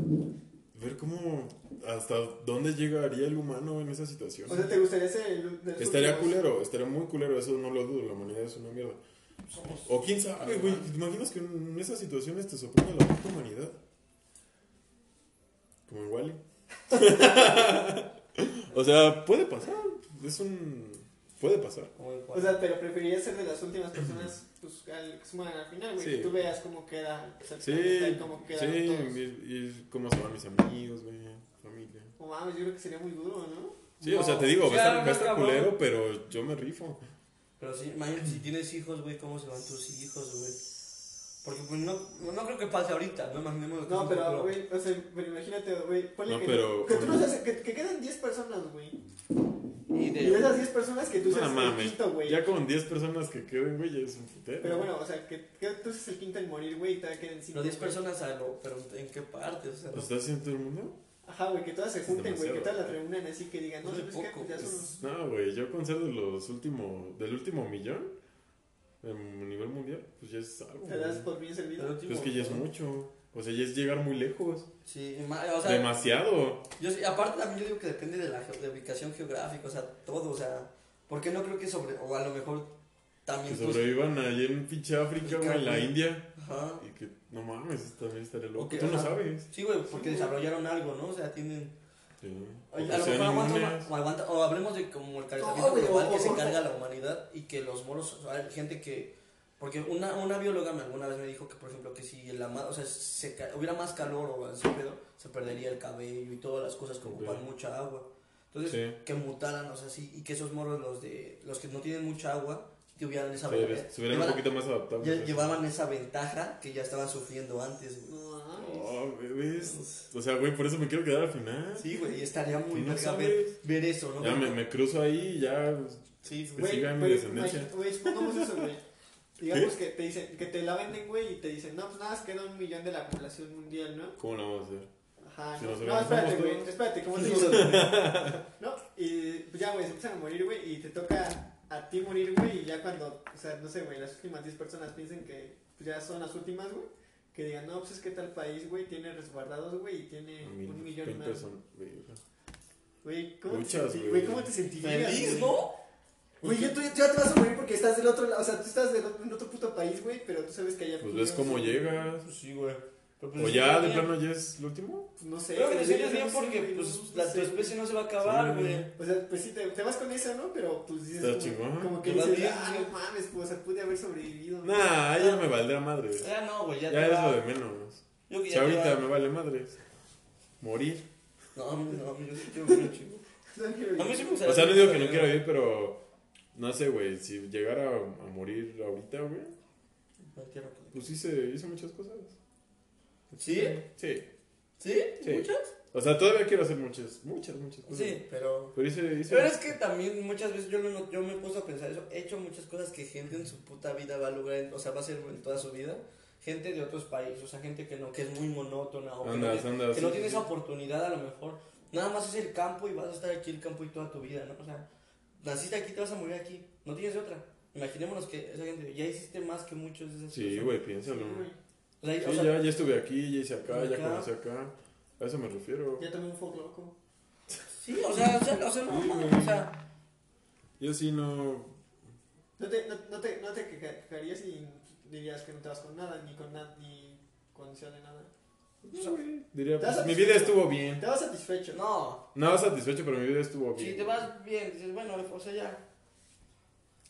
Ver cómo. Hasta dónde llegaría el humano en esa situación. O sea, ¿te gustaría ser el... de los Estaría últimos? culero, estaría muy culero, eso no lo dudo, la humanidad es una mierda. O quién sabe, güey, ¿te imaginas que en esas situaciones te sorprende la puta humanidad? Como en Wally. (laughs) o sea, puede pasar, es un... puede pasar. Como el O sea, pero preferirías ser de las últimas personas pues, al, que se mueran al final, güey. Sí. Que tú veas cómo queda. o sea, Sí, cómo sí, quedan todos. y, y cómo se van mis amigos, güey, familia. No Oh, mames, yo creo que sería muy duro, ¿no? Sí, o sea, te digo, va a Ya, estar- va a no, estar cabrón. culero, pero yo me rifo. Pero sí, imagínate, si tienes hijos, güey, ¿cómo se van tus hijos, güey? Porque pues no, no creo que pase ahorita, no imaginemos. No, pero, güey, o sea, pero imagínate, güey. Ponle No, que, pero- que, tú nos haces- que, que queden 10 personas, güey. Y Y video. esas 10 personas que tú No seas el mames. quinto, güey. Ya con 10 personas que queden, güey, ya es un putero. Pero bueno, o sea, que, que tú seas el quinto en morir, güey, y todavía queden 5. No 10 personas a lo, pero ¿en qué parte? O sea, no- ¿Lo está haciendo todo el mundo? Ajá, güey, que todas se Es junten, güey, que demasiado. todas las reúnan así, que digan, no, Es de ¿sabes qué? poco, Pues ya pues. son... No, güey, yo con ser de los últimos, del último millón, en nivel mundial, pues ya es algo. Te das güey. por bien el servido. último, Pero es que ya es ¿no? mucho. O sea, ya es llegar muy lejos. Sí, y ma- o sea, Demasiado. Yo, sí- aparte también yo digo que depende de la ge- de ubicación geográfica, o sea, todo, o sea, porque no creo que sobre, o a lo mejor Que también tus- sobrevivan allí en pinche África, güey, en la Claro. India. Ajá. Y que, no mames, eso también estaría loco. Ok, Tú no ajá. sabes. Sí, güey, porque desarrollaron algo, ¿no? O sea, tienen... Sí. A lo que sean mejor aguanta inmunes. una- o, aguanta- o hablemos de como el calentamiento No, güey, global o- que se o- carga a la humanidad y que los moros, o sea, hay gente que... Porque una, una bióloga me- alguna vez me dijo que, por ejemplo, que si la, ma- o sea, se ca- hubiera más calor o ese pedo, se perdería el cabello y todas las cosas que Ok. ocupan mucha agua. Entonces, Sí. que mutaran, o sea, sí, y que esos morros, los de los que no tienen mucha agua, tuvieran esa Se hubiera- ventaja. se hubieran un poquito más adaptables. así. eh. llevaban esa ventaja que ya estaban sufriendo antes, güey. No, mames. Oh, ¿ves? O sea, güey, por eso me quiero quedar al final. Sí, güey, y estaría muy No verga ver, sabes. ver eso, ¿no? Ya me, me cruzo ahí y ya. pues, Sí, Que güey. Güey, siga mi pero descendencia. imagi- güey, supongamos eso, (laughs) güey. Digamos que te dicen, que te la venden, güey, y te dicen, no, pues nada, más queda un millón de la población mundial, ¿no? ¿Cómo lo vamos a hacer? Ajá, Si no, nos no, espérate, organizamos güey, todos. espérate, ¿cómo te digo? (laughs) güey? No, y pues ya, güey, se empiezan a morir, güey, y te toca a ti morir, güey, y ya cuando, o sea, no sé, güey, las últimas 10 personas piensen que pues, ya son las últimas, güey, que digan, no, pues es que tal país, güey, tiene resguardados, güey, y tiene Mil- un millón mil más. personas, güey. pues, Güey, ¿cómo, Muchas, te senti- güey. güey, ¿cómo te sentirías? Feliz, güey? ¿no? Güey, ya, tú- ya te vas a morir porque estás del otro lado, o sea, tú estás del otro, en otro puto país, güey, pero tú sabes que allá... Pues ves cómo llegas. Sí, güey. Pero, pues, O sí, ya, de bien. plano, ya es lo último. pues, No sé. Creo que güey, te sientes yo bien no sé, porque, güey, pues, no la, tu sé, güey. especie no se va a acabar, Sí, güey. O sea, pues sí, te, te vas con esa, ¿no? Pero pues dices. Está como- chingón. Como que Te va dices, bien, ah, güey". no mames, pues, o sea, pude haber sobrevivido. ¿no? Nah, ya me valdrá madre. Ya no, güey, ya, Ya te es va. lo de menos. Yo que Si ya te ahorita va- me vale madre. Morir. No, a mí no, a mí yo sí quiero vivir chido. (laughs) No quiero vivir. A mí sí me gustaría O sea, no vivir digo que no todavía, quiero güey. ir, pero. No sé, güey. Si llegara a, a morir ahorita, güey. No quiero que- Pues hice, hice muchas cosas. ¿Sí? Sí. ¿Sí? Sí. ¿Muchas? O sea, todavía quiero hacer muchas, muchas, muchas cosas. Sí, pero... Pero hice, hice. Pero es que también muchas veces yo, lo not- yo me he puesto a pensar eso. He hecho muchas cosas que gente en su puta vida va a lograr, en- o sea, va a hacer en toda su vida. Gente de otros países, o sea, gente que no, que es muy monótona o que, no, Andas, tiene- andas, que no sí, tiene sí, esa sí. oportunidad a lo mejor. Nada más es el campo y vas a estar aquí el campo y toda tu vida, ¿no? O sea, naciste aquí, te vas a morir aquí. No tienes de otra. Imaginémonos que esa gente ya hiciste más que muchos de esas Sí, personas. güey, Sí, piénsalo. güey. O sea, Sí, o sea, ya, ya estuve aquí, ya hice acá, ya Acá. conocí acá. A eso me refiero. Ya tomé un foco loco. sí, o sea, o sea, o sea, no, Sí, mames, güey. o sea, Yo sí no. No te, no, no te, no te queja- quejarías y dirías que no te vas con nada, ni con nada, ni con sea de nada. no, güey, Diría, ¿Estás pues, mi satisfecho? vida estuvo bien. Te vas satisfecho. no. No satisfecho, pero mi vida estuvo bien. Si te vas bien, dices, bueno, o sea, ya.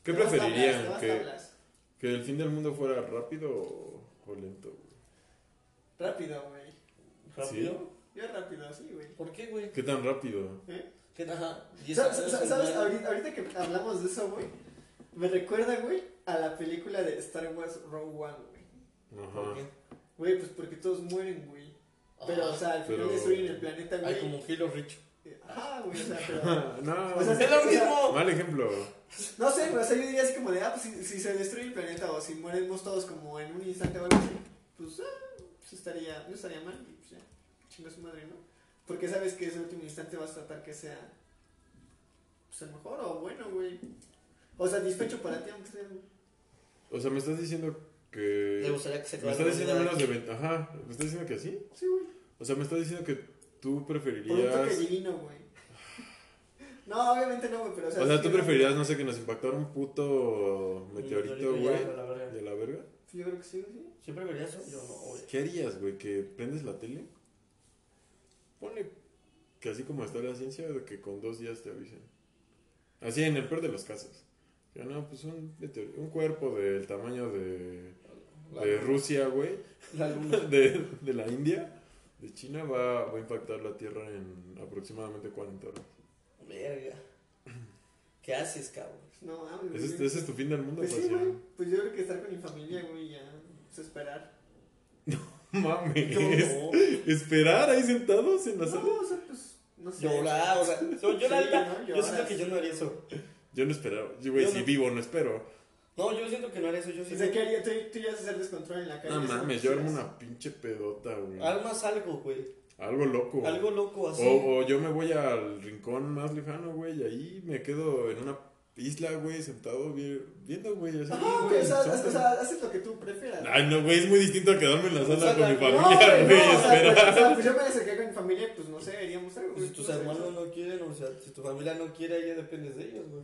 ¿Qué Te vas preferirían? tablas, te vas ¿Que, tablas. ¿Que el fin del mundo fuera rápido o, o lento? güey? Rápido, güey. Rápido. Yo rápido, así, güey. ¿Por qué, güey? ¿Qué tan rápido? ¿Eh? ¿Qué ajá? y esa- ¿Sabes? esa- sabes- sabes? Ahorita, ahorita que hablamos de eso, güey, me recuerda, güey, a la película de Star Wars Rogue One, güey. ¿Por Ajá. qué? Ah, Güey, pues porque todos mueren, güey. Pero, o sea, al final pero- destruyen el planeta, hay güey. Eh, como Halo Rich. Ajá, güey, o sea, pero... (laughs) no, O sea, (laughs) ¡Es lo (laughs) mismo! mal ejemplo. No sé, güey, o sea, yo diría así como de, ah, pues si, si se destruye el planeta o si mueremos todos como en un instante o algo así, pues, ah, pues estaría, no estaría mal, y pues ya, chinga su madre, ¿no? Porque sabes que ese último instante vas a tratar que sea, pues el mejor o bueno, güey. O satisfecho para ti, aunque sea... O sea, me estás diciendo ¿Te que. gustaría que se Me acabara estás la diciendo vida? menos de 20. Ajá. ¿Me estás diciendo que sí? Sí, güey. O sea, me estás diciendo que tú Por un toque preferirías. divino, güey. (laughs) No, obviamente no, güey, pero o sea... O sea, tú preferías preferirías, no sé, que nos impactara un puto meteorito, Meteorito, ya, la güey. verga. De la verga. Yo creo que sí, güey. sí. ¿Sí preferirías eso? Yo no, güey. ¿Qué harías, güey? ¿Que prendes la tele? Ponle que así como está la ciencia, de que con dos días te avisen. Así en el peor de los casos. Ya no, pues un, meteor- un cuerpo del tamaño de, de Rusia, güey. (laughs) La luna. De, de la India, de China, va, va a impactar la Tierra en aproximadamente 40 horas. Verga. ¿Qué haces, (laughs) cabrón? No, mames, Ese, es- güey. ese es tu fin del mundo, Pues sí, pasión. güey. (laughs) Pues yo creo que estar con mi familia, güey, ya. Pues esperar. Mames. Yo no. Esperar ahí sentados en la No, sala. o sea, pues. No sé. Llorar, o sea, yo, yo la Sí, neta, ¿no? yo Lloras. siento que yo no haría eso. Yo no esperaba. Yo, güey, Yo si no- vivo, no espero. No, yo siento que no haría eso, yo O sea, siento ¿qué haría? Tú, tú ya haces el descontrol en la calle. No ¿sabes? mames, yo armo una pinche pedota, güey. Al más algo, güey. Algo loco. güey. Algo loco así. O, o yo me voy al rincón más lejano, güey, y ahí me quedo en una isla, güey, sentado vi- viendo, güey. así, (laughs) Ah, Ajá, güey, güey, pues, o sea, solo. o sea, haces lo que tú prefieras. Ay, no, güey, es muy distinto a quedarme en la O sala sea, con mi no, familia, no, güey, o sea, espera. Pues, o sea, pues yo me acerqué con mi familia y pues no sé, haríamos oh. algo. Pues güey, si no tus sé. hermanos no quieren, o sea, si tu familia no quiere, ya dependes de ellos, güey.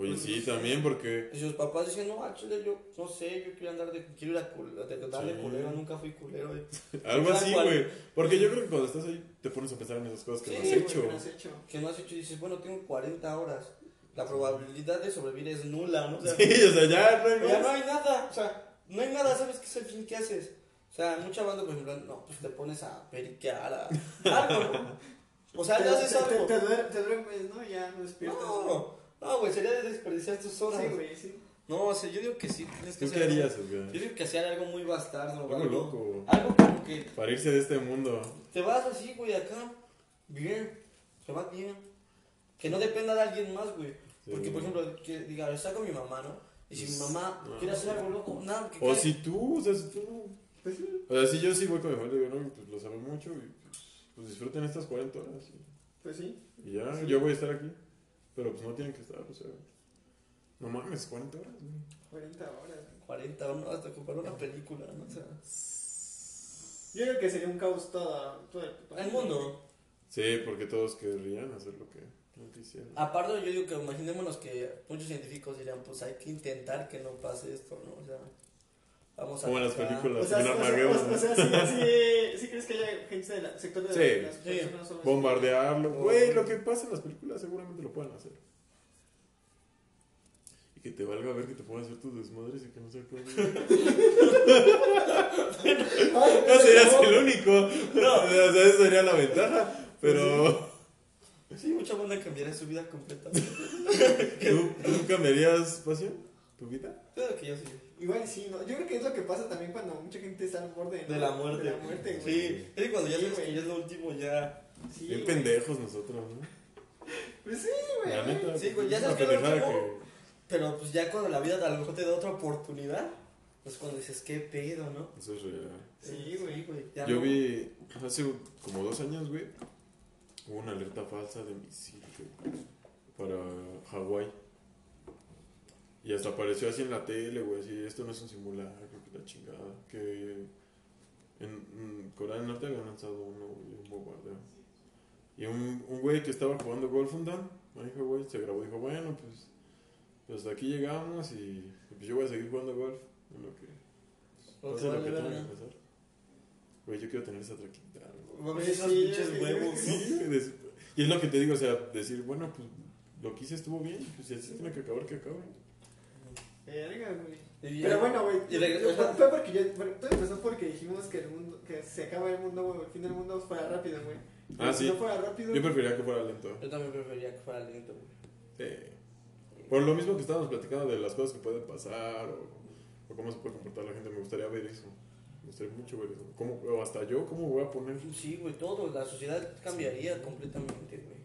Oye, sí, también, porque... Y sus papás dicen, no, al chile, yo no sé, yo quiero andar de, quiero ir a cul- de, andar de Sí. culero, nunca fui culero. güey. Algo así, Tal cual. güey. Porque yo creo que cuando estás ahí te pones a pensar en esas cosas que Sí, no has Sí, güey, hecho. (laughs) ¿qué has hecho? Que no has hecho y dices, bueno, tengo 40 horas. La probabilidad de sobrevivir es nula, ¿no? O sea, Sí, o sea, ya no hay ya no más. hay nada, o sea, no hay nada, ¿sabes qué es el fin que haces? O sea, mucha banda, por ejemplo, no, pues te pones a periquear, a algo, ¿no? O sea, Te- ya haces te- te- algo. Te duer- te duermes, ¿no? Ya no despiertas. No, no, güey, sería de desperdiciar tus horas. Sí, güey, sí. No, o sea, yo digo que sí, tienes que ¿Tú qué hacer algo. harías, Yo güey? digo que hacer algo muy bastardo, Algo loco. Algo como que Para irse de este mundo. te vas así, güey, acá, bien, te va bien. Que no dependa de alguien más, güey. Sí. Porque, por ejemplo, que diga, está con mi mamá, ¿no? Y si mi Pues, mamá no. quiere hacer algo loco, nada, que O caiga. si tú, o sea, si tú... Pues sí, O sea, si yo sí voy con mi familia, digo, no, pues lo saben mucho y pues, pues disfruten estas 40 horas. y- pues sí. Y ya, Sí. yo voy a estar aquí. Pero pues no tienen que estar, o sea. No mames, 40 horas, güey. 40 horas. 40 o no, hasta comprar una película, ¿no? O sea, Yo creo que sería un caos todo, todo el puto Pues, el mundo. Sí, porque todos querrían hacer lo que no quisieran. Aparte, yo digo que imaginémonos que muchos científicos dirían, pues hay que intentar que no pase esto, ¿no? O sea, vamos a. Como en las buscar- películas. O sea, Un sí, o sea, Armageddon. o- o sea, sí, sí, sí crees que haya gente del sector de Sí. las Sí. personas solas? Bombardearlo. Güey, lo que pasa en las películas seguramente lo pueden hacer. Y que te valga ver que te pueden hacer tus desmadres y que no se acuerden. Ay, no serías el único. No, o sea, esa sería la ventaja. Pero Sí, mucha banda cambiaría su vida (laughs) completamente. ¿tú, tú cambiarías pasión, tu vida. Yo creo que yo sí. Igual sí, ¿no? Yo creo que es lo que pasa también cuando mucha gente está al borde ¿no? De la muerte. De la muerte, güey. Sí, es que cuando ya Sí, sabes que güey. ya es lo último, ya. Sí, Bien güey. pendejos nosotros, ¿no? Pues sí, güey. La neta. Sí, güey, ya es una sabes que lo pendejada último. Pero pues ya cuando la vida a lo mejor te da otra oportunidad, pues cuando dices, qué pedo, ¿no? Eso es real. Sí, güey. ya Yo no. vi hace un- como dos años, güey, hubo una alerta falsa de misil güey, para Hawái. Y hasta apareció así en la tele, güey, así, esto no es un simulacro, que la chingada. Que en, en Corea del Norte habían lanzado uno, güey, un bombardeo. Y un, un güey que estaba jugando golf un don, me dijo, güey, se grabó, dijo, bueno, pues, pues hasta aquí llegamos y pues, yo voy a seguir jugando golf. En lo que, Lo que pase Pues lo vale que tenga verga. que pasar. Güey, yo quiero tener esa tranquilidad, güey. Va a ver Sí, esos sí, pinches sí, (laughs) huevos, ¿no? (laughs) Sí, güey, des- y es lo que te digo, o sea, decir, bueno, pues lo que hice estuvo bien, pues si así tiene que acabar, que acabe. Verga, güey. Y- Pero bueno, güey. y regresó- yo- Fue fue porque yo. bueno, Todo empezó porque dijimos que el mundo. Que se acaba el mundo, güey. El fin del mundo fuera rápido, güey. Ah, Pero si sí. no fuera rápido. Yo preferiría que fuera lento. Yo también preferiría que fuera lento, güey. Eh, por lo mismo que estábamos platicando de las cosas que pueden pasar o, o cómo se puede comportar la gente, me gustaría ver eso. Me gustaría mucho ver eso. ¿Cómo, o hasta yo, ¿cómo voy a poner? Sí, güey, todo, la sociedad cambiaría completamente, güey.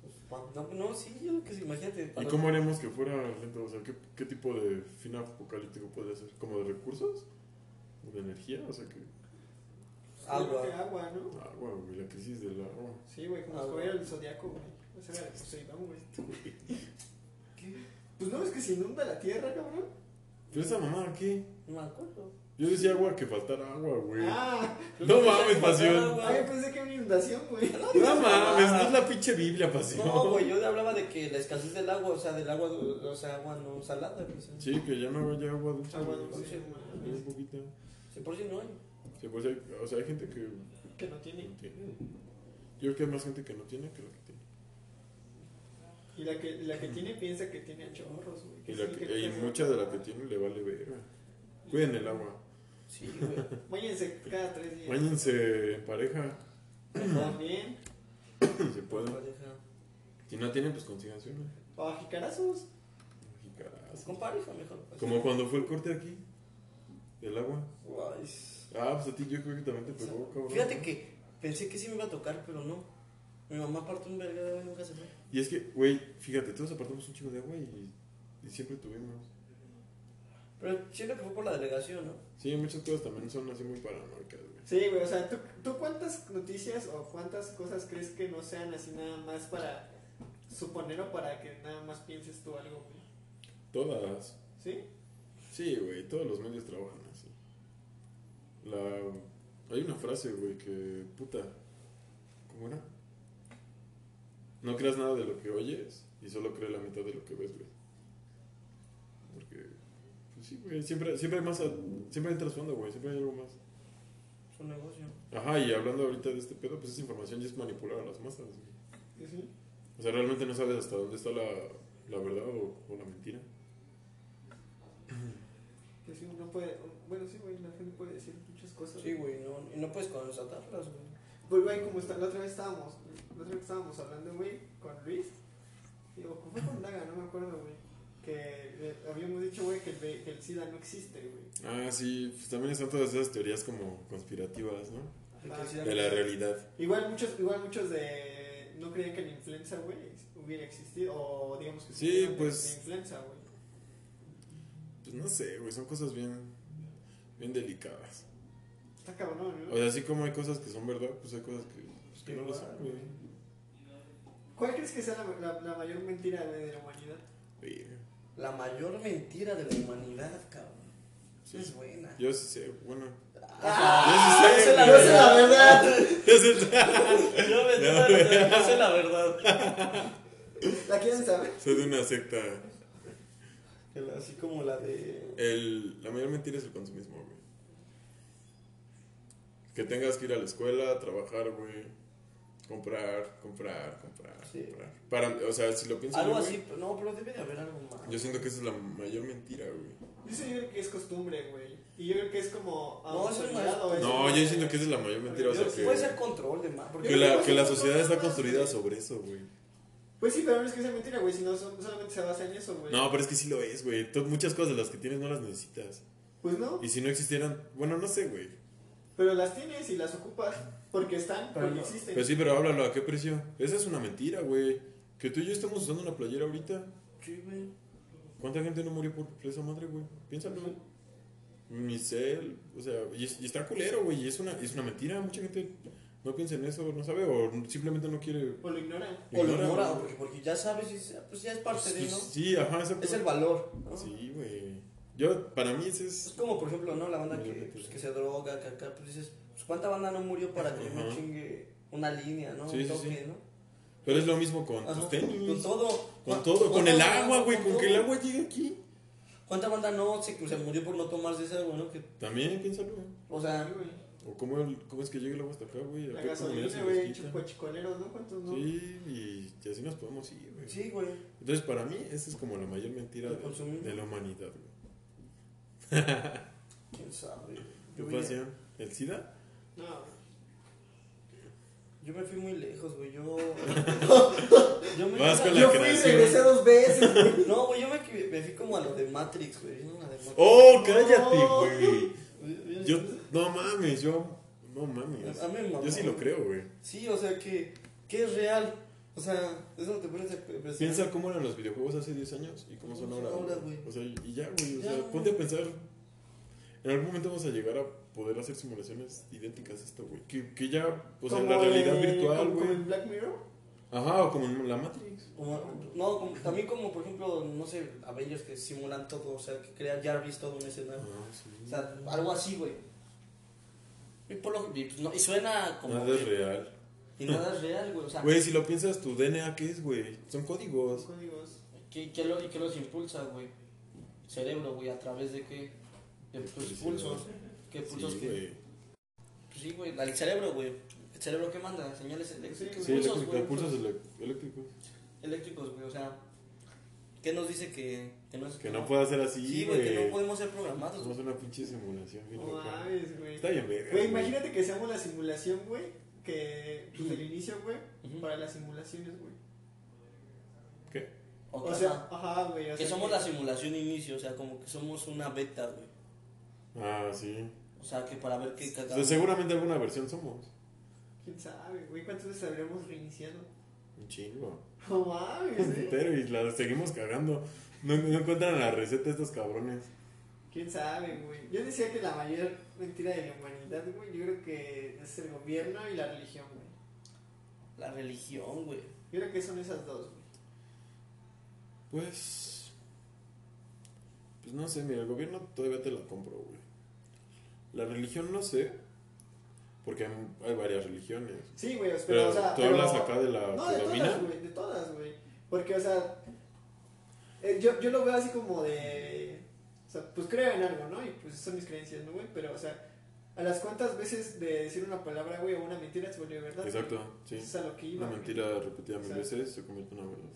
Pues, pa- No, no, sí, yo creo que sí, imagínate. ¿Y para- cómo haremos que fuera lento? O sea, ¿qué, qué tipo de fin apocalíptico podría ser? ¿Como de recursos? ¿De energía? O sea, que Yo creo Agua. que agua, ¿no? agua, güey, la crisis del agua. Sí, güey, como Ah, si güey. fuera el zodiaco, güey. O sea, pues se iban, güey. Pues no, es que se inunda la tierra, cabrón. Pero esa mamá aquí. No me acuerdo. Yo decía agua que faltara agua, güey. Ah, no mames, pasión. Agua. ah, yo pensé que era una inundación, güey. No mames, no es la pinche Biblia, pasión. No, güey, yo le hablaba de que la escasez del agua, o sea, del agua, o sea, agua no salada, güey. o sea, Sí, que ya no haya agua dulce. Agua güey. dulce, Sí, mames. Un poquito. sí, por si no hay. Sí, pues hay, o sea, hay gente que Que no tiene. no tiene. Yo creo que hay más gente que no tiene que la que tiene. Y la que, la que tiene piensa que tiene a chorros, güey. Y, sí, la que, y no- mucha de la que tiene le vale verga. Cuiden el agua. Sí, (laughs) güey. Báñense cada tres días. Báñense en pareja, (laughs) También. si pueden. Pareja. Si no tienen, pues consíganse una. O a jicarazos. Jicarazos. Con pareja mejor. pues. Como cuando fue el corte aquí. Del agua. Guay. Ah, pues a ti yo creo que también te pegó, cabrón. Fíjate que Pensé que sí me iba a tocar, pero no. Mi mamá parte un verga de agua y nunca se fue. Y es que, güey, fíjate, todos apartamos un chico de agua y, y siempre tuvimos. Pero siento que fue por la delegación, ¿no? Sí, muchas cosas también son así muy paranoicas, güey. Sí, güey, o sea, ¿tú, ¿tú cuántas noticias o cuántas cosas crees que no sean así nada más para suponer o para que nada más pienses tú algo, güey? Todas. ¿Sí? Sí, güey, todos los medios trabajan así. La... Hay una frase, güey, que puta. ¿Cómo era? No creas nada de lo que oyes y solo cree la mitad de lo que ves, güey. Porque, pues sí, güey, siempre, siempre hay más, a- siempre hay un trasfondo, güey, siempre hay algo más. Es un negocio. Ajá, y hablando ahorita de este pedo, pues esa información ya es manipular a las masas, güey. Ujú. O sea, realmente no sabes hasta dónde está la, la verdad o, o la mentira. Que sí, uno puede. Bueno, sí, güey, la gente puede decir muchas cosas. Sí, güey, no, y no puedes constatarlas, güey. Pues, güey, como está, la otra vez estábamos, la otra vez estábamos hablando, güey, con Luis, y, o fue con Daga, no me acuerdo, güey, que eh, habíamos dicho, güey, que el, ve- que el SIDA no existe, güey. Ah, sí, pues también están todas esas teorías como conspirativas, ¿no? De Ah, que Ajá. sí De la realidad. Igual muchos, igual muchos de no creían que la influenza, güey, hubiera existido, o digamos que Sí, supieran de- pues- de influenza, güey. Pues no sé, güey, son cosas bien, bien delicadas. Está cabrón, O ¿no? sea, así como hay cosas que son verdad, pues hay cosas que, pues, que no lo Igual, son, güey. ¿Cuál crees que sea la, la- la mayor mentira, güey, de la humanidad? Verga. La mayor mentira de la humanidad, cabrón. Sí. Es buena. Yo sí sé, bueno. Ah, Yo sí sé, yo sé la güey. verdad. Yo sí sé. (laughs) Yo me yo sé la verdad. ¿La quieren saber? Soy de una secta. El- Así como la de. El, la mayor mentira es el consumismo, güey. Que tengas que ir a la escuela, trabajar, güey. Comprar, comprar, comprar, Sí. comprar. Para, o sea, si lo piensas, Algo güey, así, pero no, pero debe de haber algo más. yo siento que esa es la mayor mentira, güey. Yo sí creo que es costumbre, güey. Y yo creo que es como. No, eso no es- autoridad, o No, es- yo siento que esa es la mayor mentira. O sea, Yo- Puede ser que, control de más. Porque que, la, que la sociedad está construida sobre eso, güey. Pues sí, pero no es que sea mentira, güey, sino son- solamente se basa en eso, güey. No, pero es que sí lo es, güey. To- Muchas cosas de las que tienes no las necesitas. Pues no, Y si no existieran, bueno, no sé, güey. pero las tienes y las ocupas porque están, Pero porque no. existen. Pero Pues sí, pero háblalo, ¿a qué precio? Esa es una mentira, güey. Que tú y yo estamos usando una playera ahorita. Sí, güey. ¿Cuánta gente no murió por esa madre, güey? Piénsalo, güey. Mi cel, o sea, y, es- y está culero, güey. Y es una, es una mentira. Mucha gente no piensa en eso, no sabe, o simplemente no quiere. O lo ignoran. O lo Ignora, ignora, güey. porque, porque ya sabes, y dices, ah, pues ya es parte Pues, de, ¿no? pues, sí, ajá, esa Es el valor, ¿no? Sí, güey. Yo, para mí, ese Es es. como, por ejemplo, ¿no? La banda que, Mayormente, pues, sí. que se droga, que acá, pues dices, pues, ¿cuánta banda no murió para que yo me Ajá. chingue una línea, ¿no? Sí, Un sí, toque, sí. ¿no? Pero es lo mismo con Ajá. tus tenis. Con todo. Pues Con todo, con ¿Cuánta el banda- agua, güey, con que el todo? agua llegue aquí. ¿Cuánta banda no se, se murió por no tomarse ese agua, no? Que, También, piénsalo. o sea, Sí, güey. O cómo, el- cómo es que llegue el agua hasta acá, güey. La Acá comunidad gasolina, se nos güey, quita. chicoleros, ¿no? ¿Cuántos no? Sí, y así nos podemos ir, güey. sí, güey. Entonces, para mí, esa es como la mayor mentira El de, consumismo. de la humanidad, güey. ¿Quién sabe? ¿Qué Yo, me- pasión? ¿El SIDA? No, güey. yo me fui muy lejos, güey. (laughs) Yo. yo me Vas con yo- la Yo fui y creación. regresé dos veces. güey. No, güey, yo me, me fui como a lo de Matrix, güey. ¿no? La de Matrix. ¡Oh, No. cállate, (laughs) güey! Yo- Yo, no mames, yo. No mames. A- a mí me mamó. Yo sí lo creo, güey. Sí, o sea, que, que es real. O sea, eso no te pones a pe- pensar. Piensa cómo eran los videojuegos hace 10 años y cómo son ahora. Ahora, güey. güey. O sea, y ya, güey. O Ya, sea, güey. ponte a pensar. En algún momento vamos a llegar a poder hacer simulaciones idénticas a esto, güey. Que, que ya, o sea, en la Como realidad el- virtual, como- Como güey. en Black Mirror. Ajá, o como en la Matrix. Como- no, como- también como, por ejemplo, no sé, Avengers que simulan todo, o sea, que crean Jarvis todo un escenario. Ah, sí. O sea, algo así, güey. Y, por lo- y, pues, no- y suena como... Nada es real. Y nada es real, güey. O sea, Güey, si lo piensas, tu DNA, ¿qué es, güey? Son Los códigos. códigos. ¿qué, qué lo- y qué los impulsa, güey? Cerebro, güey, a través de qué? De tus Electricidad. pulsos. ¿Qué pulsos Sí, que- güey. Pues sí, güey, el cerebro, güey. ¿El cerebro qué manda? Señales eléctricas. Sí, pulsos, eléctrica, güey. pulsos elec- eléctricos. eléctricos, güey. O sea, ¿qué nos dice que, que no es Que no puede hacer así, Sí, güey, que no güey. podemos ser programados. güey. Somos una pinche simulación, bien No loca. mames, güey. Está bien, verga, Güey, imagínate que seamos la simulación, güey. Que pues, el inicio, güey, Ujú. para las simulaciones, güey. ¿Qué? O, O que- sea, ajá, ajá, güey. o que sea, somos la simulación inicio, o sea, como que somos una beta, güey. Ah, sí. O sea, que para ver qué O sea, cagamos. seguramente alguna versión somos. ¿Quién sabe, güey? ¿Cuántas veces habríamos reiniciado? Un chingo. No mames, ¿eh? Pero y la seguimos cagando. No, no encuentran la receta estos cabrones. ¿Quién sabe, güey? Yo decía que la mayor mentira de la humanidad, güey, yo creo que es el gobierno y la religión, güey. La religión, güey. Yo creo que son esas dos, güey. Pues. Pues no sé, mira, el gobierno todavía te la compro, güey. La religión no sé. Porque hay, hay varias religiones. Sí, güey, pero, Pero o sea... tú pero- hablas acá de la No, de predomina. todas, güey, de todas, güey. Porque, o sea, eh, yo, yo lo veo así como de... O sea, pues creo en algo, ¿no? Y pues son mis creencias, ¿no, güey? Pero, o sea, a las cuantas veces de decir una palabra, güey, o una mentira se volvió verdad. güey? Exacto, sí. Eso es a lo que iba. Una güey. mentira repetida mil O sea, veces se convierte en una verdad.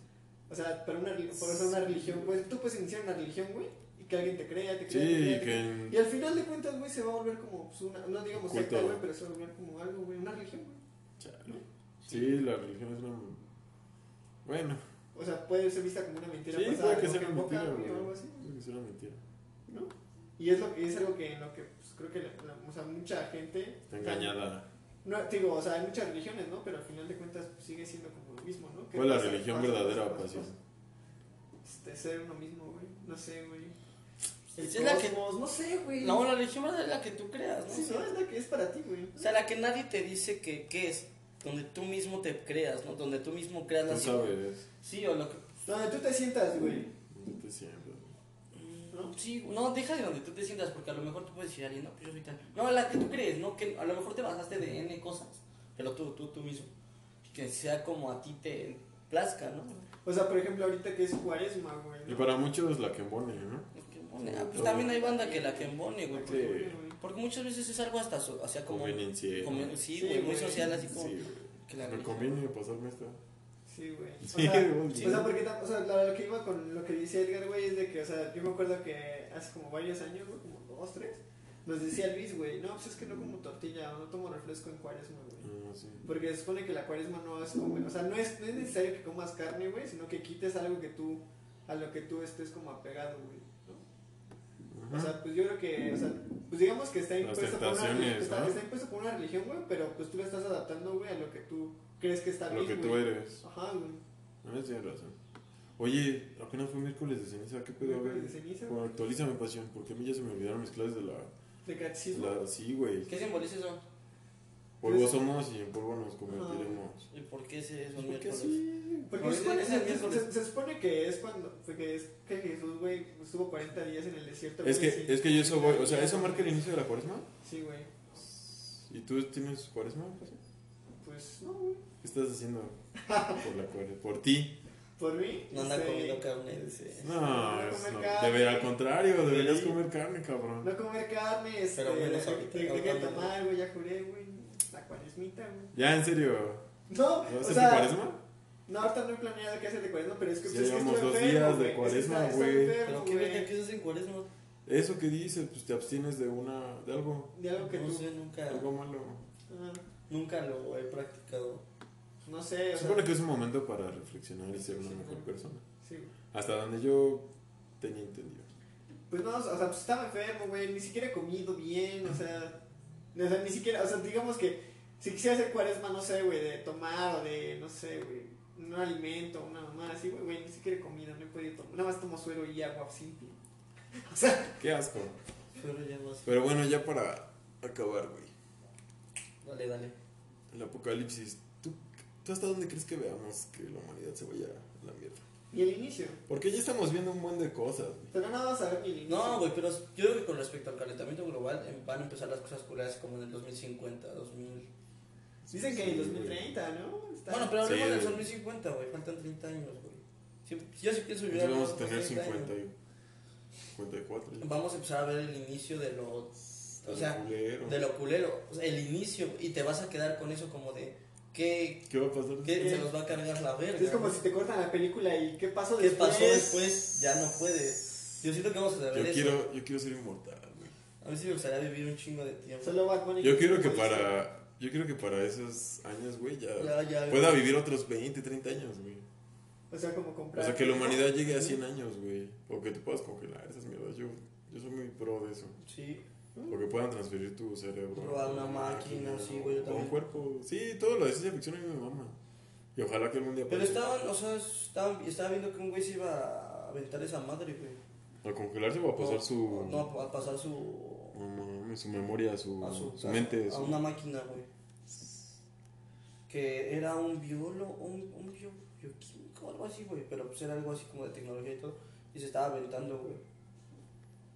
O sea, para una, reli- por hacer una religión, pues tú puedes iniciar una religión, güey, y que alguien te crea, te Sí, crea, te crea, y te que crea. en- Y al final de cuentas, güey, se va a volver como, pues, una, no digamos Culto. secta, güey, pero se va a volver como algo, güey, una religión, güey. Chale. Sí, la religión es una. Bueno, O sea, puede ser vista como una mentira sí, pasada, puede que como sea una en boca, mentira, güey, o algo güey. así, Puede que sea una mentira. ¿no? Y es, lo, que- es algo que, en lo que pues, creo que la- la- o sea, mucha gente... Está engañada. No, te digo, o sea, hay muchas religiones, ¿no? Pero al final de cuentas pues, sigue siendo como lo mismo, ¿no? Que ¿Cuál es la pasa- religión pasa, verdadera, pues, pasa, pasa, pasión? pasa. Este, ser uno mismo, güey. No sé, güey. El Sí, es la que- cosmos, no sé, güey. No, la religión verdadera es la que tú creas, ¿no? Sí, no, es la que es para ti, güey. O sea, la que nadie te dice que, que es. Donde tú mismo te creas, ¿no? Donde tú mismo creas la Tú sabes. Sí, o lo que. Donde tú te sientas, güey. No te sientas. No, sí, no, deja de donde tú te sientas, porque a lo mejor tú puedes decir a alguien, no, pues yo soy tal. No, la que tú crees, ¿no? Que a lo mejor te basaste de N cosas, pero tú, tú, tú mismo. Que sea como a ti te plazca, ¿no? O sea, por ejemplo, ahorita que es cuaresma, güey. Y ¿no? para muchos es la que embone, ¿no? Que embone. Ah, pues también hay banda que la que embone, güey. Sí. Güey, Porque muchas veces es algo hasta, so- o sea, como. Conveniencia. como- Sí, sí, Sí, güey, muy güey. social, así como. güey. que la Me religión- conviene pasarme esta. Sí, güey. O, Sí, sea, güey. o sea, porque tam- o sea, la- lo que iba con lo que dice Edgar, güey, es de que, o sea, yo me acuerdo que hace como varios años, güey, como dos, tres, nos decía Luis, güey, no, pues es que no como tortilla, o no tomo refresco en cuaresma, güey. Ah, sí. Porque se supone que la cuaresma no es como, o sea, no es, no es necesario que comas carne, güey, sino que quites algo que tú, a lo que tú estés como apegado, güey. ¿no? O sea, pues yo creo que, o sea, pues digamos que está Las impuesto, por una, tentaciones, está, ¿no? está impuesto por una religión, güey, pero pues tú lo estás adaptando, güey, a lo que tú crees que está Lo que bien, tú güey. eres. Ajá, güey. No me tienes razón. Oye, apenas fue miércoles de ceniza, ¿qué pedo? A ver, Miércoles de ceniza, bueno, actualízame pasión, porque a mí ya se me olvidaron mis clases de la. De de catecismo. la sí, güey. ¿Qué simboliza eso? Polvo somos y en polvo nos convertiremos. ¿Y por qué ese es un Porque miércoles? sí. Porque Por se, eso supone- es se- el miércoles. se- se supone que es cuando fue que, es, que Jesús, güey, estuvo 40 días en el desierto. Es güey, que, sí. es que yo eso voy. O sea, eso marca el inicio de la cuaresma. Sí, güey. ¿Y tú tienes cuaresma? pasión? Pues no, güey. ¿Qué (laughs) estás haciendo por la cuaresma? Por ti. Por mí. No anda este, comiendo carne, dice. No, No es, comer no. carne. Debe, al contrario, deberías Sí. comer carne, cabrón. No comer carne, este. Pero menos dejé- ahorita, dejé ahorita de menos. tomar, güey, ya juré, güey. La cuaresmita, güey. Ya, en serio. No, ¿No o vas a hacer tu sea, cuaresma? no, ahorita no he planeado qué hacer de cuaresma, pero es que Ya pues, es que llevamos estuve dos enfermo, días de güey. Es que cuaresma, estaba- güey. estaba Pero enfermo, qué verga, güey, ¿qué es en cuaresma? Eso que dices, pues te abstienes de una. de algo. De algo que no tú. sé, nunca, Algo malo. Ah, nunca lo he practicado. no sé, o Se sea. supone que es un momento para reflexionar y ser una mejor persona. Sí, güey. Hasta donde yo tenía entendido. Pues no, o sea, pues estaba enfermo, güey, ni siquiera he comido bien, o sea, o sea, ni siquiera, o sea, digamos que si quisiera hacer cuaresma, no sé, güey, de tomar o de, no sé, güey, un alimento, una mamá así, güey, güey, ni siquiera he comido, no he podido tomar, nada más tomo suero y agua simple. O sea, Qué asco. Pero ya más. Pero bueno, ya para acabar, güey. Dale, dale. El apocalipsis. ¿Tú, tú hasta dónde crees que veamos que la humanidad se vaya a la mierda? y el inicio, Porque ya estamos viendo un buen de cosas, güey. pero no vamos a ver ni el inicio. No, güey, pero yo creo que con respecto al calentamiento global em, van a empezar las cosas culeras como en el 2050, 2000. Dicen que Sí, en el güey. 2030, ¿no? Está- Bueno, pero Sí, hablemos del güey. 2050, güey, faltan 30 años, güey. Sí, yo sí pienso Ya vivir vamos a algunos tener 30 50 años. y 54. ya. Vamos a empezar a ver el inicio de lo, o Está sea, culero. de lo culero, o sea, el inicio, y te vas a quedar con eso como de que, ¿Qué va a pasar? que se nos va a cargar la verga. Es como ¿no? si te cortan la película y qué pasó ¿Qué después. pasó después? Ya no puedes. Yo siento que vamos a saber Yo eso. quiero, yo quiero ser inmortal, güey. A mí sí me gustaría vivir un chingo de tiempo. Solo Bad Bunny Yo quiero que dice, para... Yo quiero que para esos años, güey, ya, Ya, ya. pueda vivir otros 20, 30 años, güey. O sea, como O comprar. sea, que la humanidad llegue a 100 años, güey. O que te puedas congelar esas mierdas. Yo, yo soy muy pro de eso. Sí. O que puedan transferir tu cerebro. Pero a una máquina, sí, güey, yo O a un también. cuerpo. Sí, todo lo de ciencia ficción a mí me mama. Y ojalá que algún día Pero pase. estaban, o sea, estaban, estaba viendo que un güey se iba a aventar esa madre, güey. A congelarse o a pasar No, su. No, a pasar su. No mames, su memoria, su, a su, su mente. a, su- una máquina, güey. Que era un biólogo, un, un bio- bioquímico o algo así, güey. Pero pues era algo así como de tecnología y todo. Y se estaba aventando, güey.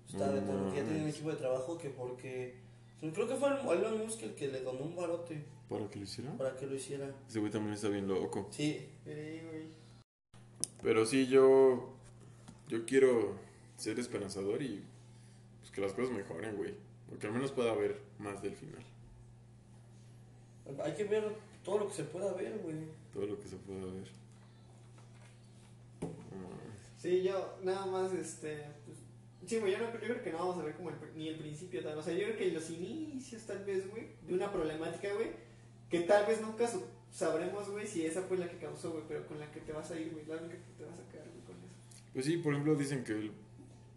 Se estaba No aventando. Que ya tenía un mames. equipo de trabajo que porque. pues, Creo que fue Elon Musk el que le donó un barote ¿Para que lo hiciera? para que lo hiciera. Ese güey también está bien loco. Sí, Sí, güey. Pero sí, yo. Yo quiero ser esperanzador y. Pues que las cosas mejoren, güey. Porque al menos pueda haber más del final. hay que ver todo lo que se pueda ver, güey. Todo lo que se pueda ver. No mames. Sí, yo nada más, este. pues, sí, güey, yo, no- yo creo que no vamos a ver como el pr- ni el principio tal. O sea, yo creo que los inicios, tal vez, güey, de una problemática, güey, que tal vez nunca su- sabremos, güey, si esa fue la que causó, güey, pero con la que te vas a ir, güey, la única que te vas a quedar, güey, con eso. Pues sí, por ejemplo, dicen que el-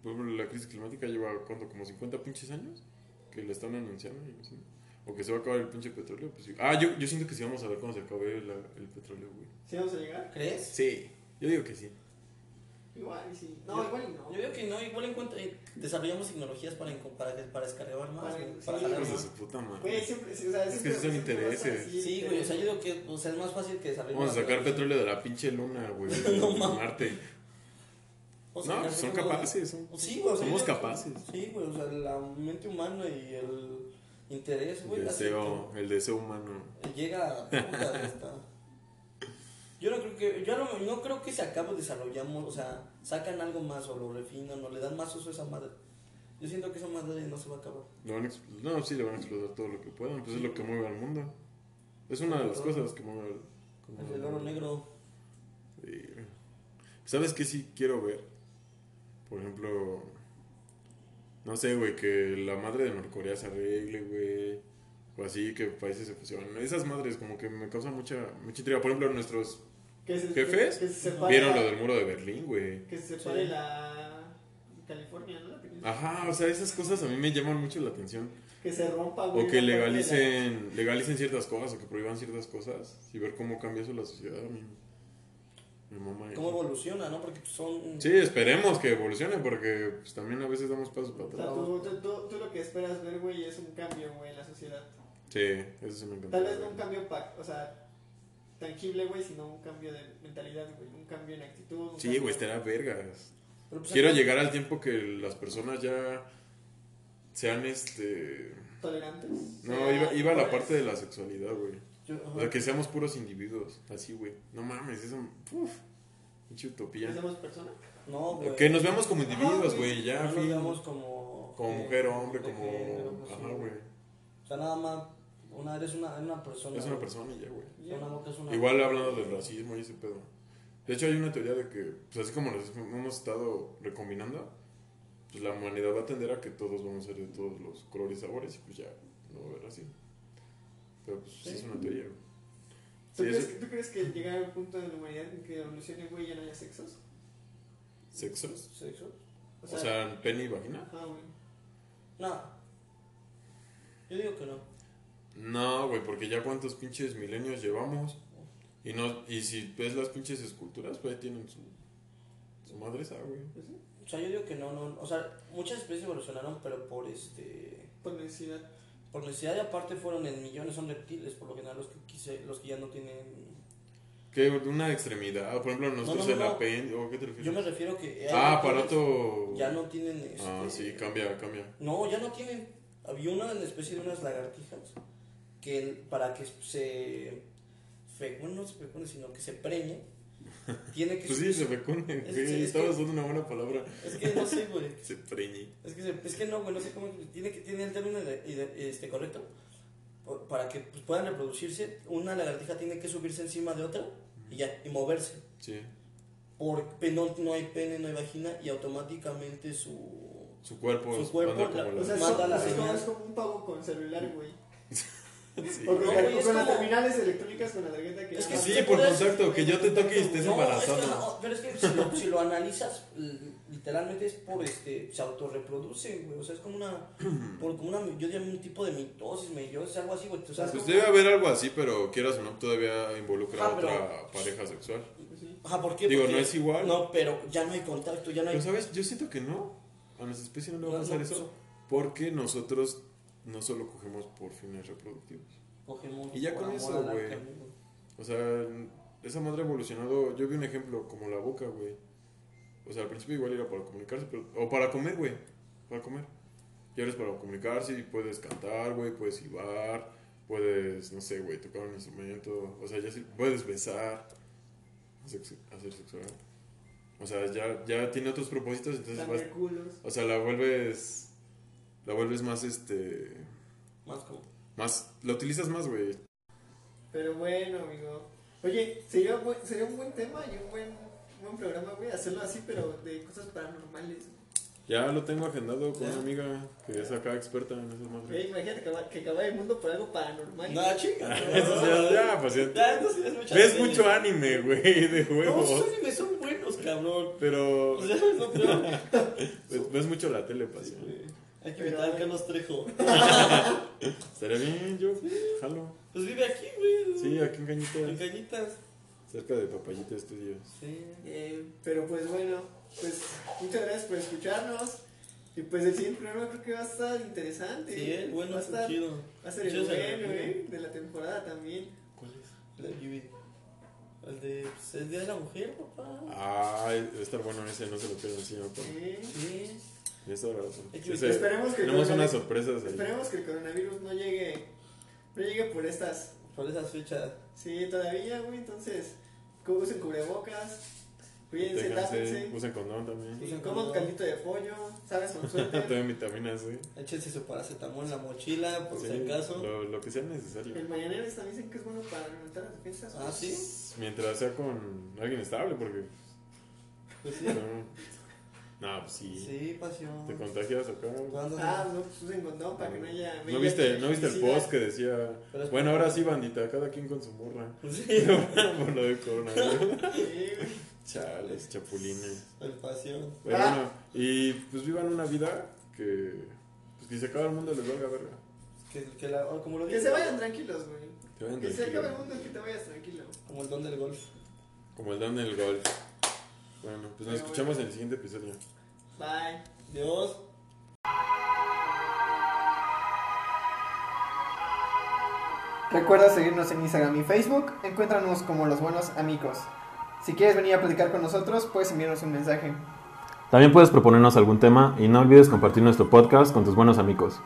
por ejemplo, la crisis climática lleva, ¿cuánto? Como 50 pinches años que le están anunciando. y así. O que se va a acabar el pinche petróleo. Pues sí. Ah, yo, yo siento que sí vamos a ver cuando se acabe la- el petróleo, güey. ¿Sí vamos a llegar? ¿Crees? Sí, yo digo que sí. Igual, y sí. No, Yo- igual y no. Yo veo que no, igual encuentro, eh, desarrollamos tecnologías para, enco- para, para escarbar más, Para- güey, sí, para jalar Hijos de más. su puta Güey, madre. siempre, sí, o sea, Es que siempre- sí son siempre vas a intereses. decir, Sí, güey, o sea, yo digo que o sea, es más fácil que desarrollemos. Vamos a sacar petróleo de la pinche luna, güey. (laughs) No de mames. Marte. Vamos a No, sacar pues son petróleo. capaces. son- Sí, güey, o sea, Somos yo- capaces. Sí, güey, o sea, la mente humana y el interés, güey, El hace deseo, el deseo humano. que llega a puta, hasta. Yo no creo que, yo no, no creo que se acabe desarrollamos, o sea, sacan algo más o lo refinan o le dan más uso a esa madre. Yo siento que esa madre no se va a acabar. Lo van a expl- no, sí, le van a explotar todo lo que puedan. Pues es lo que mueve al mundo. Es una de las Todo. cosas que mueve al como El del oro negro. Sí. ¿Sabes qué sí quiero ver? Por ejemplo, no sé, güey, que la madre de Norcorea se arregle, güey. O así, que países se fusionen. Esas madres como que me causan mucha, mucha intriga. Por ejemplo, nuestros... que se- ¿Jefes? que se separe Vieron la- lo del muro de Berlín, güey. Que se separe Sí. la. California, ¿no? La península. Ajá, o sea, esas cosas a mí me llaman mucho la atención. Que se rompa, güey. O la parte que de la- legalicen, legalicen ciertas cosas o que prohíban ciertas cosas y ver cómo cambia eso la sociedad. Mi, mi mamá. cómo evoluciona, ¿no? Porque son... Sí, esperemos que evolucione porque pues, también a veces damos pasos para O atrás. sea, tú, tú, tú- tú lo que esperas ver, güey, es un cambio, güey, en la sociedad. Sí, eso sí me encanta. Tal vez no un cambio, pa- o sea, tangible, güey, sino un cambio de mentalidad, güey. Un cambio en actitud. un Sí, cambio- güey, este- estará vergas. Pero, pues, Quiero acá- llegar al tiempo que las personas ya sean este. Tolerantes. No, iba, iba a la parte de la sexualidad, güey. Yo- ajá. O sea, que seamos puros individuos, así, güey. No mames, eso. Uf, pinche Que utopía. seamos personas. No, güey. Que nos veamos como Ajá, individuos, güey. güey, No ya, nos fin. veamos como... Como eh, mujer o hombre, de género, como. pues, Ajá, sí, güey. O sea, nada más... Una, eres una, una persona. Es una güey. persona y ya, güey. Una boca es una... Igual hablando del racismo y ese pedo. De hecho, hay una teoría de que, pues así como nos hemos estado recombinando, pues la humanidad va a tender a que todos vamos a ser de todos los colores y sabores y pues ya no va a haber así. Pero pues sí es una teoría, güey. ¿Tú, Sí, crees, eso- ¿Tú crees que llegar al punto de la humanidad en que evolucione, güey, ya no haya sexos? ¿Sexos? ¿Sexo? O sea, pene y vagina. Ajá, güey. No. Yo digo que no. No, güey, porque ya cuántos pinches milenios llevamos. Y no y si ves las pinches esculturas, pues ahí tienen su, su madre esa, güey. O sea, yo digo que no, no. O sea, muchas especies evolucionaron, pero por este... Por necesidad. Por necesidad y aparte fueron en millones, son reptiles, por lo general los que quise, los que ya no tienen... Que una extremidad, por ejemplo, nosotros no, el no. apéndice, ¿o qué te refieres? Yo me refiero que... hay Ah, reptiles aparato. Ya no tienen... Este, Ah, sí, cambia, cambia. No, ya no tienen. Había una especie de unas lagartijas que el- para que se. fe- bueno, no se fecunde, sino que se preñe, tiene que. (laughs) Pues sí, se fecunde, Es- güey. es que- Estaba usando una buena palabra. Es que no sé, güey. Se preñe. Es que, se- es que no, güey, no sé cómo. Tiene que tiene el término de- y de- este, correcto. Por- Para que pues, puedan reproducirse, una lagartija tiene que subirse encima de otra y ya, y moverse. Sí. Porque no, no hay pene, no hay vagina y automáticamente su. Su cuerpo, Su cuerpo, anda la- como O sea, Mata son- la o sea, señal. es como un pavo con celular, güey. Sí. O con, No, la- güey, o es con las como- terminales electrónicas con la tarjeta que Es que ya- Sí, te por puedes- contacto, que yo te toque y estés es que embarazada. no, pero es que si lo, si lo analizas, l- literalmente es por este, se autorreproduce, güey. O sea, es como (clears throat) una, por como una, yo llamo un tipo de mitosis, meiosis, algo así, güey. O sea, es Pues como- debe haber algo así, pero quieras o no, todavía involucra a Ah, pero- otra pareja sexual. Pues sí. Ajá, ¿por qué? Digo, Porque- no es igual. No, pero ya no hay contacto, ya no hay. Pero, ¿sabes? Yo siento que no. A nuestra especie no le va a No, pasar no, eso. eso. Porque nosotros no solo cogemos por fines reproductivos. Cogemos Y ya por con amor eso, al arte, güey. amigo. O sea, esa madre ha evolucionado. Yo vi un ejemplo como la boca, güey. O sea, al principio igual era para comunicarse, pero, o para comer, güey. Para comer. Y ahora es para comunicarse y puedes cantar, güey, puedes silbar, puedes, no sé, güey, tocar un instrumento. O sea, ya sí, puedes besar, sex- hacer sexual. O sea, ya, ya tiene otros propósitos, entonces vas. Lamer culos. O sea, la vuelves. La vuelves más, este. Más como. Más. La utilizas más, güey. Pero bueno, amigo. Oye, sería, bu- sería un buen tema y un buen, buen programa, güey. Hacerlo así, pero de cosas paranormales. Ya lo tengo agendado con ¿Ya? una amiga que es acá experta en esas madres. (laughs) Güey, Eh, imagínate que, acaba- que acaba el mundo por algo paranormal. Nada, chica. Eso sí, ya, ya, pues ya. Ya, esto sí es mucha Ves serie. mucho anime, güey, (laughs) de No, esos juegos. animes son buenos, cabrón. Pero O sea, no (laughs) creo. ves, ves mucho la tele, pues, pasión. Hay que invitar a Carlos Trejo. Estaría bien, yo jalo. Pues vive aquí, güey. Sí, aquí en En Cañitas, cañitas. cerca de Papayita Studios. Sí. Eh, pero pues bueno, pues muchas gracias por escucharnos. Y pues el siguiente programa creo que va a estar interesante. Sí, eh, bueno, va a estar, chido. va a ser el Chido, bueno, chido. eh, de la temporada también. ¿Cuál es? La lluvia. El de. pues, el día de la mujer, papá. Ay, va a estar bueno ese, no se lo pierdan, sí, papá. Eh, Sí. Ya está barato. Es que Ese- esperemos que Tenemos no- unas sorpresas ahí. Esperemos que el coronavirus no llegue, no llegue por estas Por esas fechas. Sí, todavía, güey, entonces, cu- usen cubrebocas, cuídense, Ténganse, tápense, usen condón (laughs) también. Usen coman condón. caldito de pollo, sabes, con (laughs) suerte, También vitaminas, güey. Échense su paracetamol en la mochila, por Sí, si acaso. Lo, lo que sea necesario. el mañanero también dicen que es bueno para levantar las defensas, Ah, sí. Mientras sea con alguien estable, porque. Pues sí. No, no pues sí. Sí, pasión. Te contagias acá. ¿Cuándo? ah, no, pues usen condón para que no haya... Pues, ¿No viste, ¿No viste el VIH, post que decía? Pero es- pues, Bueno, ahora sí, bandita, cada quien con su morra. (laughs) Sí. Por lo (laughs) del coronavirus. Sí, güey. Chales, chapulines. El pasión. Pero Ah. bueno, y pues vivan una vida que. Pues que se acaba el mundo, les valga verga. Que, que la, o como lo que dice, se vayan tranquilos, güey, Te vayan que se tranquilo. acabe el mundo es que te vayas tranquilo, Como el don del golf. Como el don del golf. Bueno, pues nos escuchamos en el siguiente episodio. bye. Dios. Recuerda seguirnos en Instagram y Facebook, encuéntranos como Los Buenos Amigos. Si quieres venir a platicar con nosotros, puedes enviarnos un mensaje. También puedes proponernos algún tema y no olvides compartir nuestro podcast con tus buenos amigos.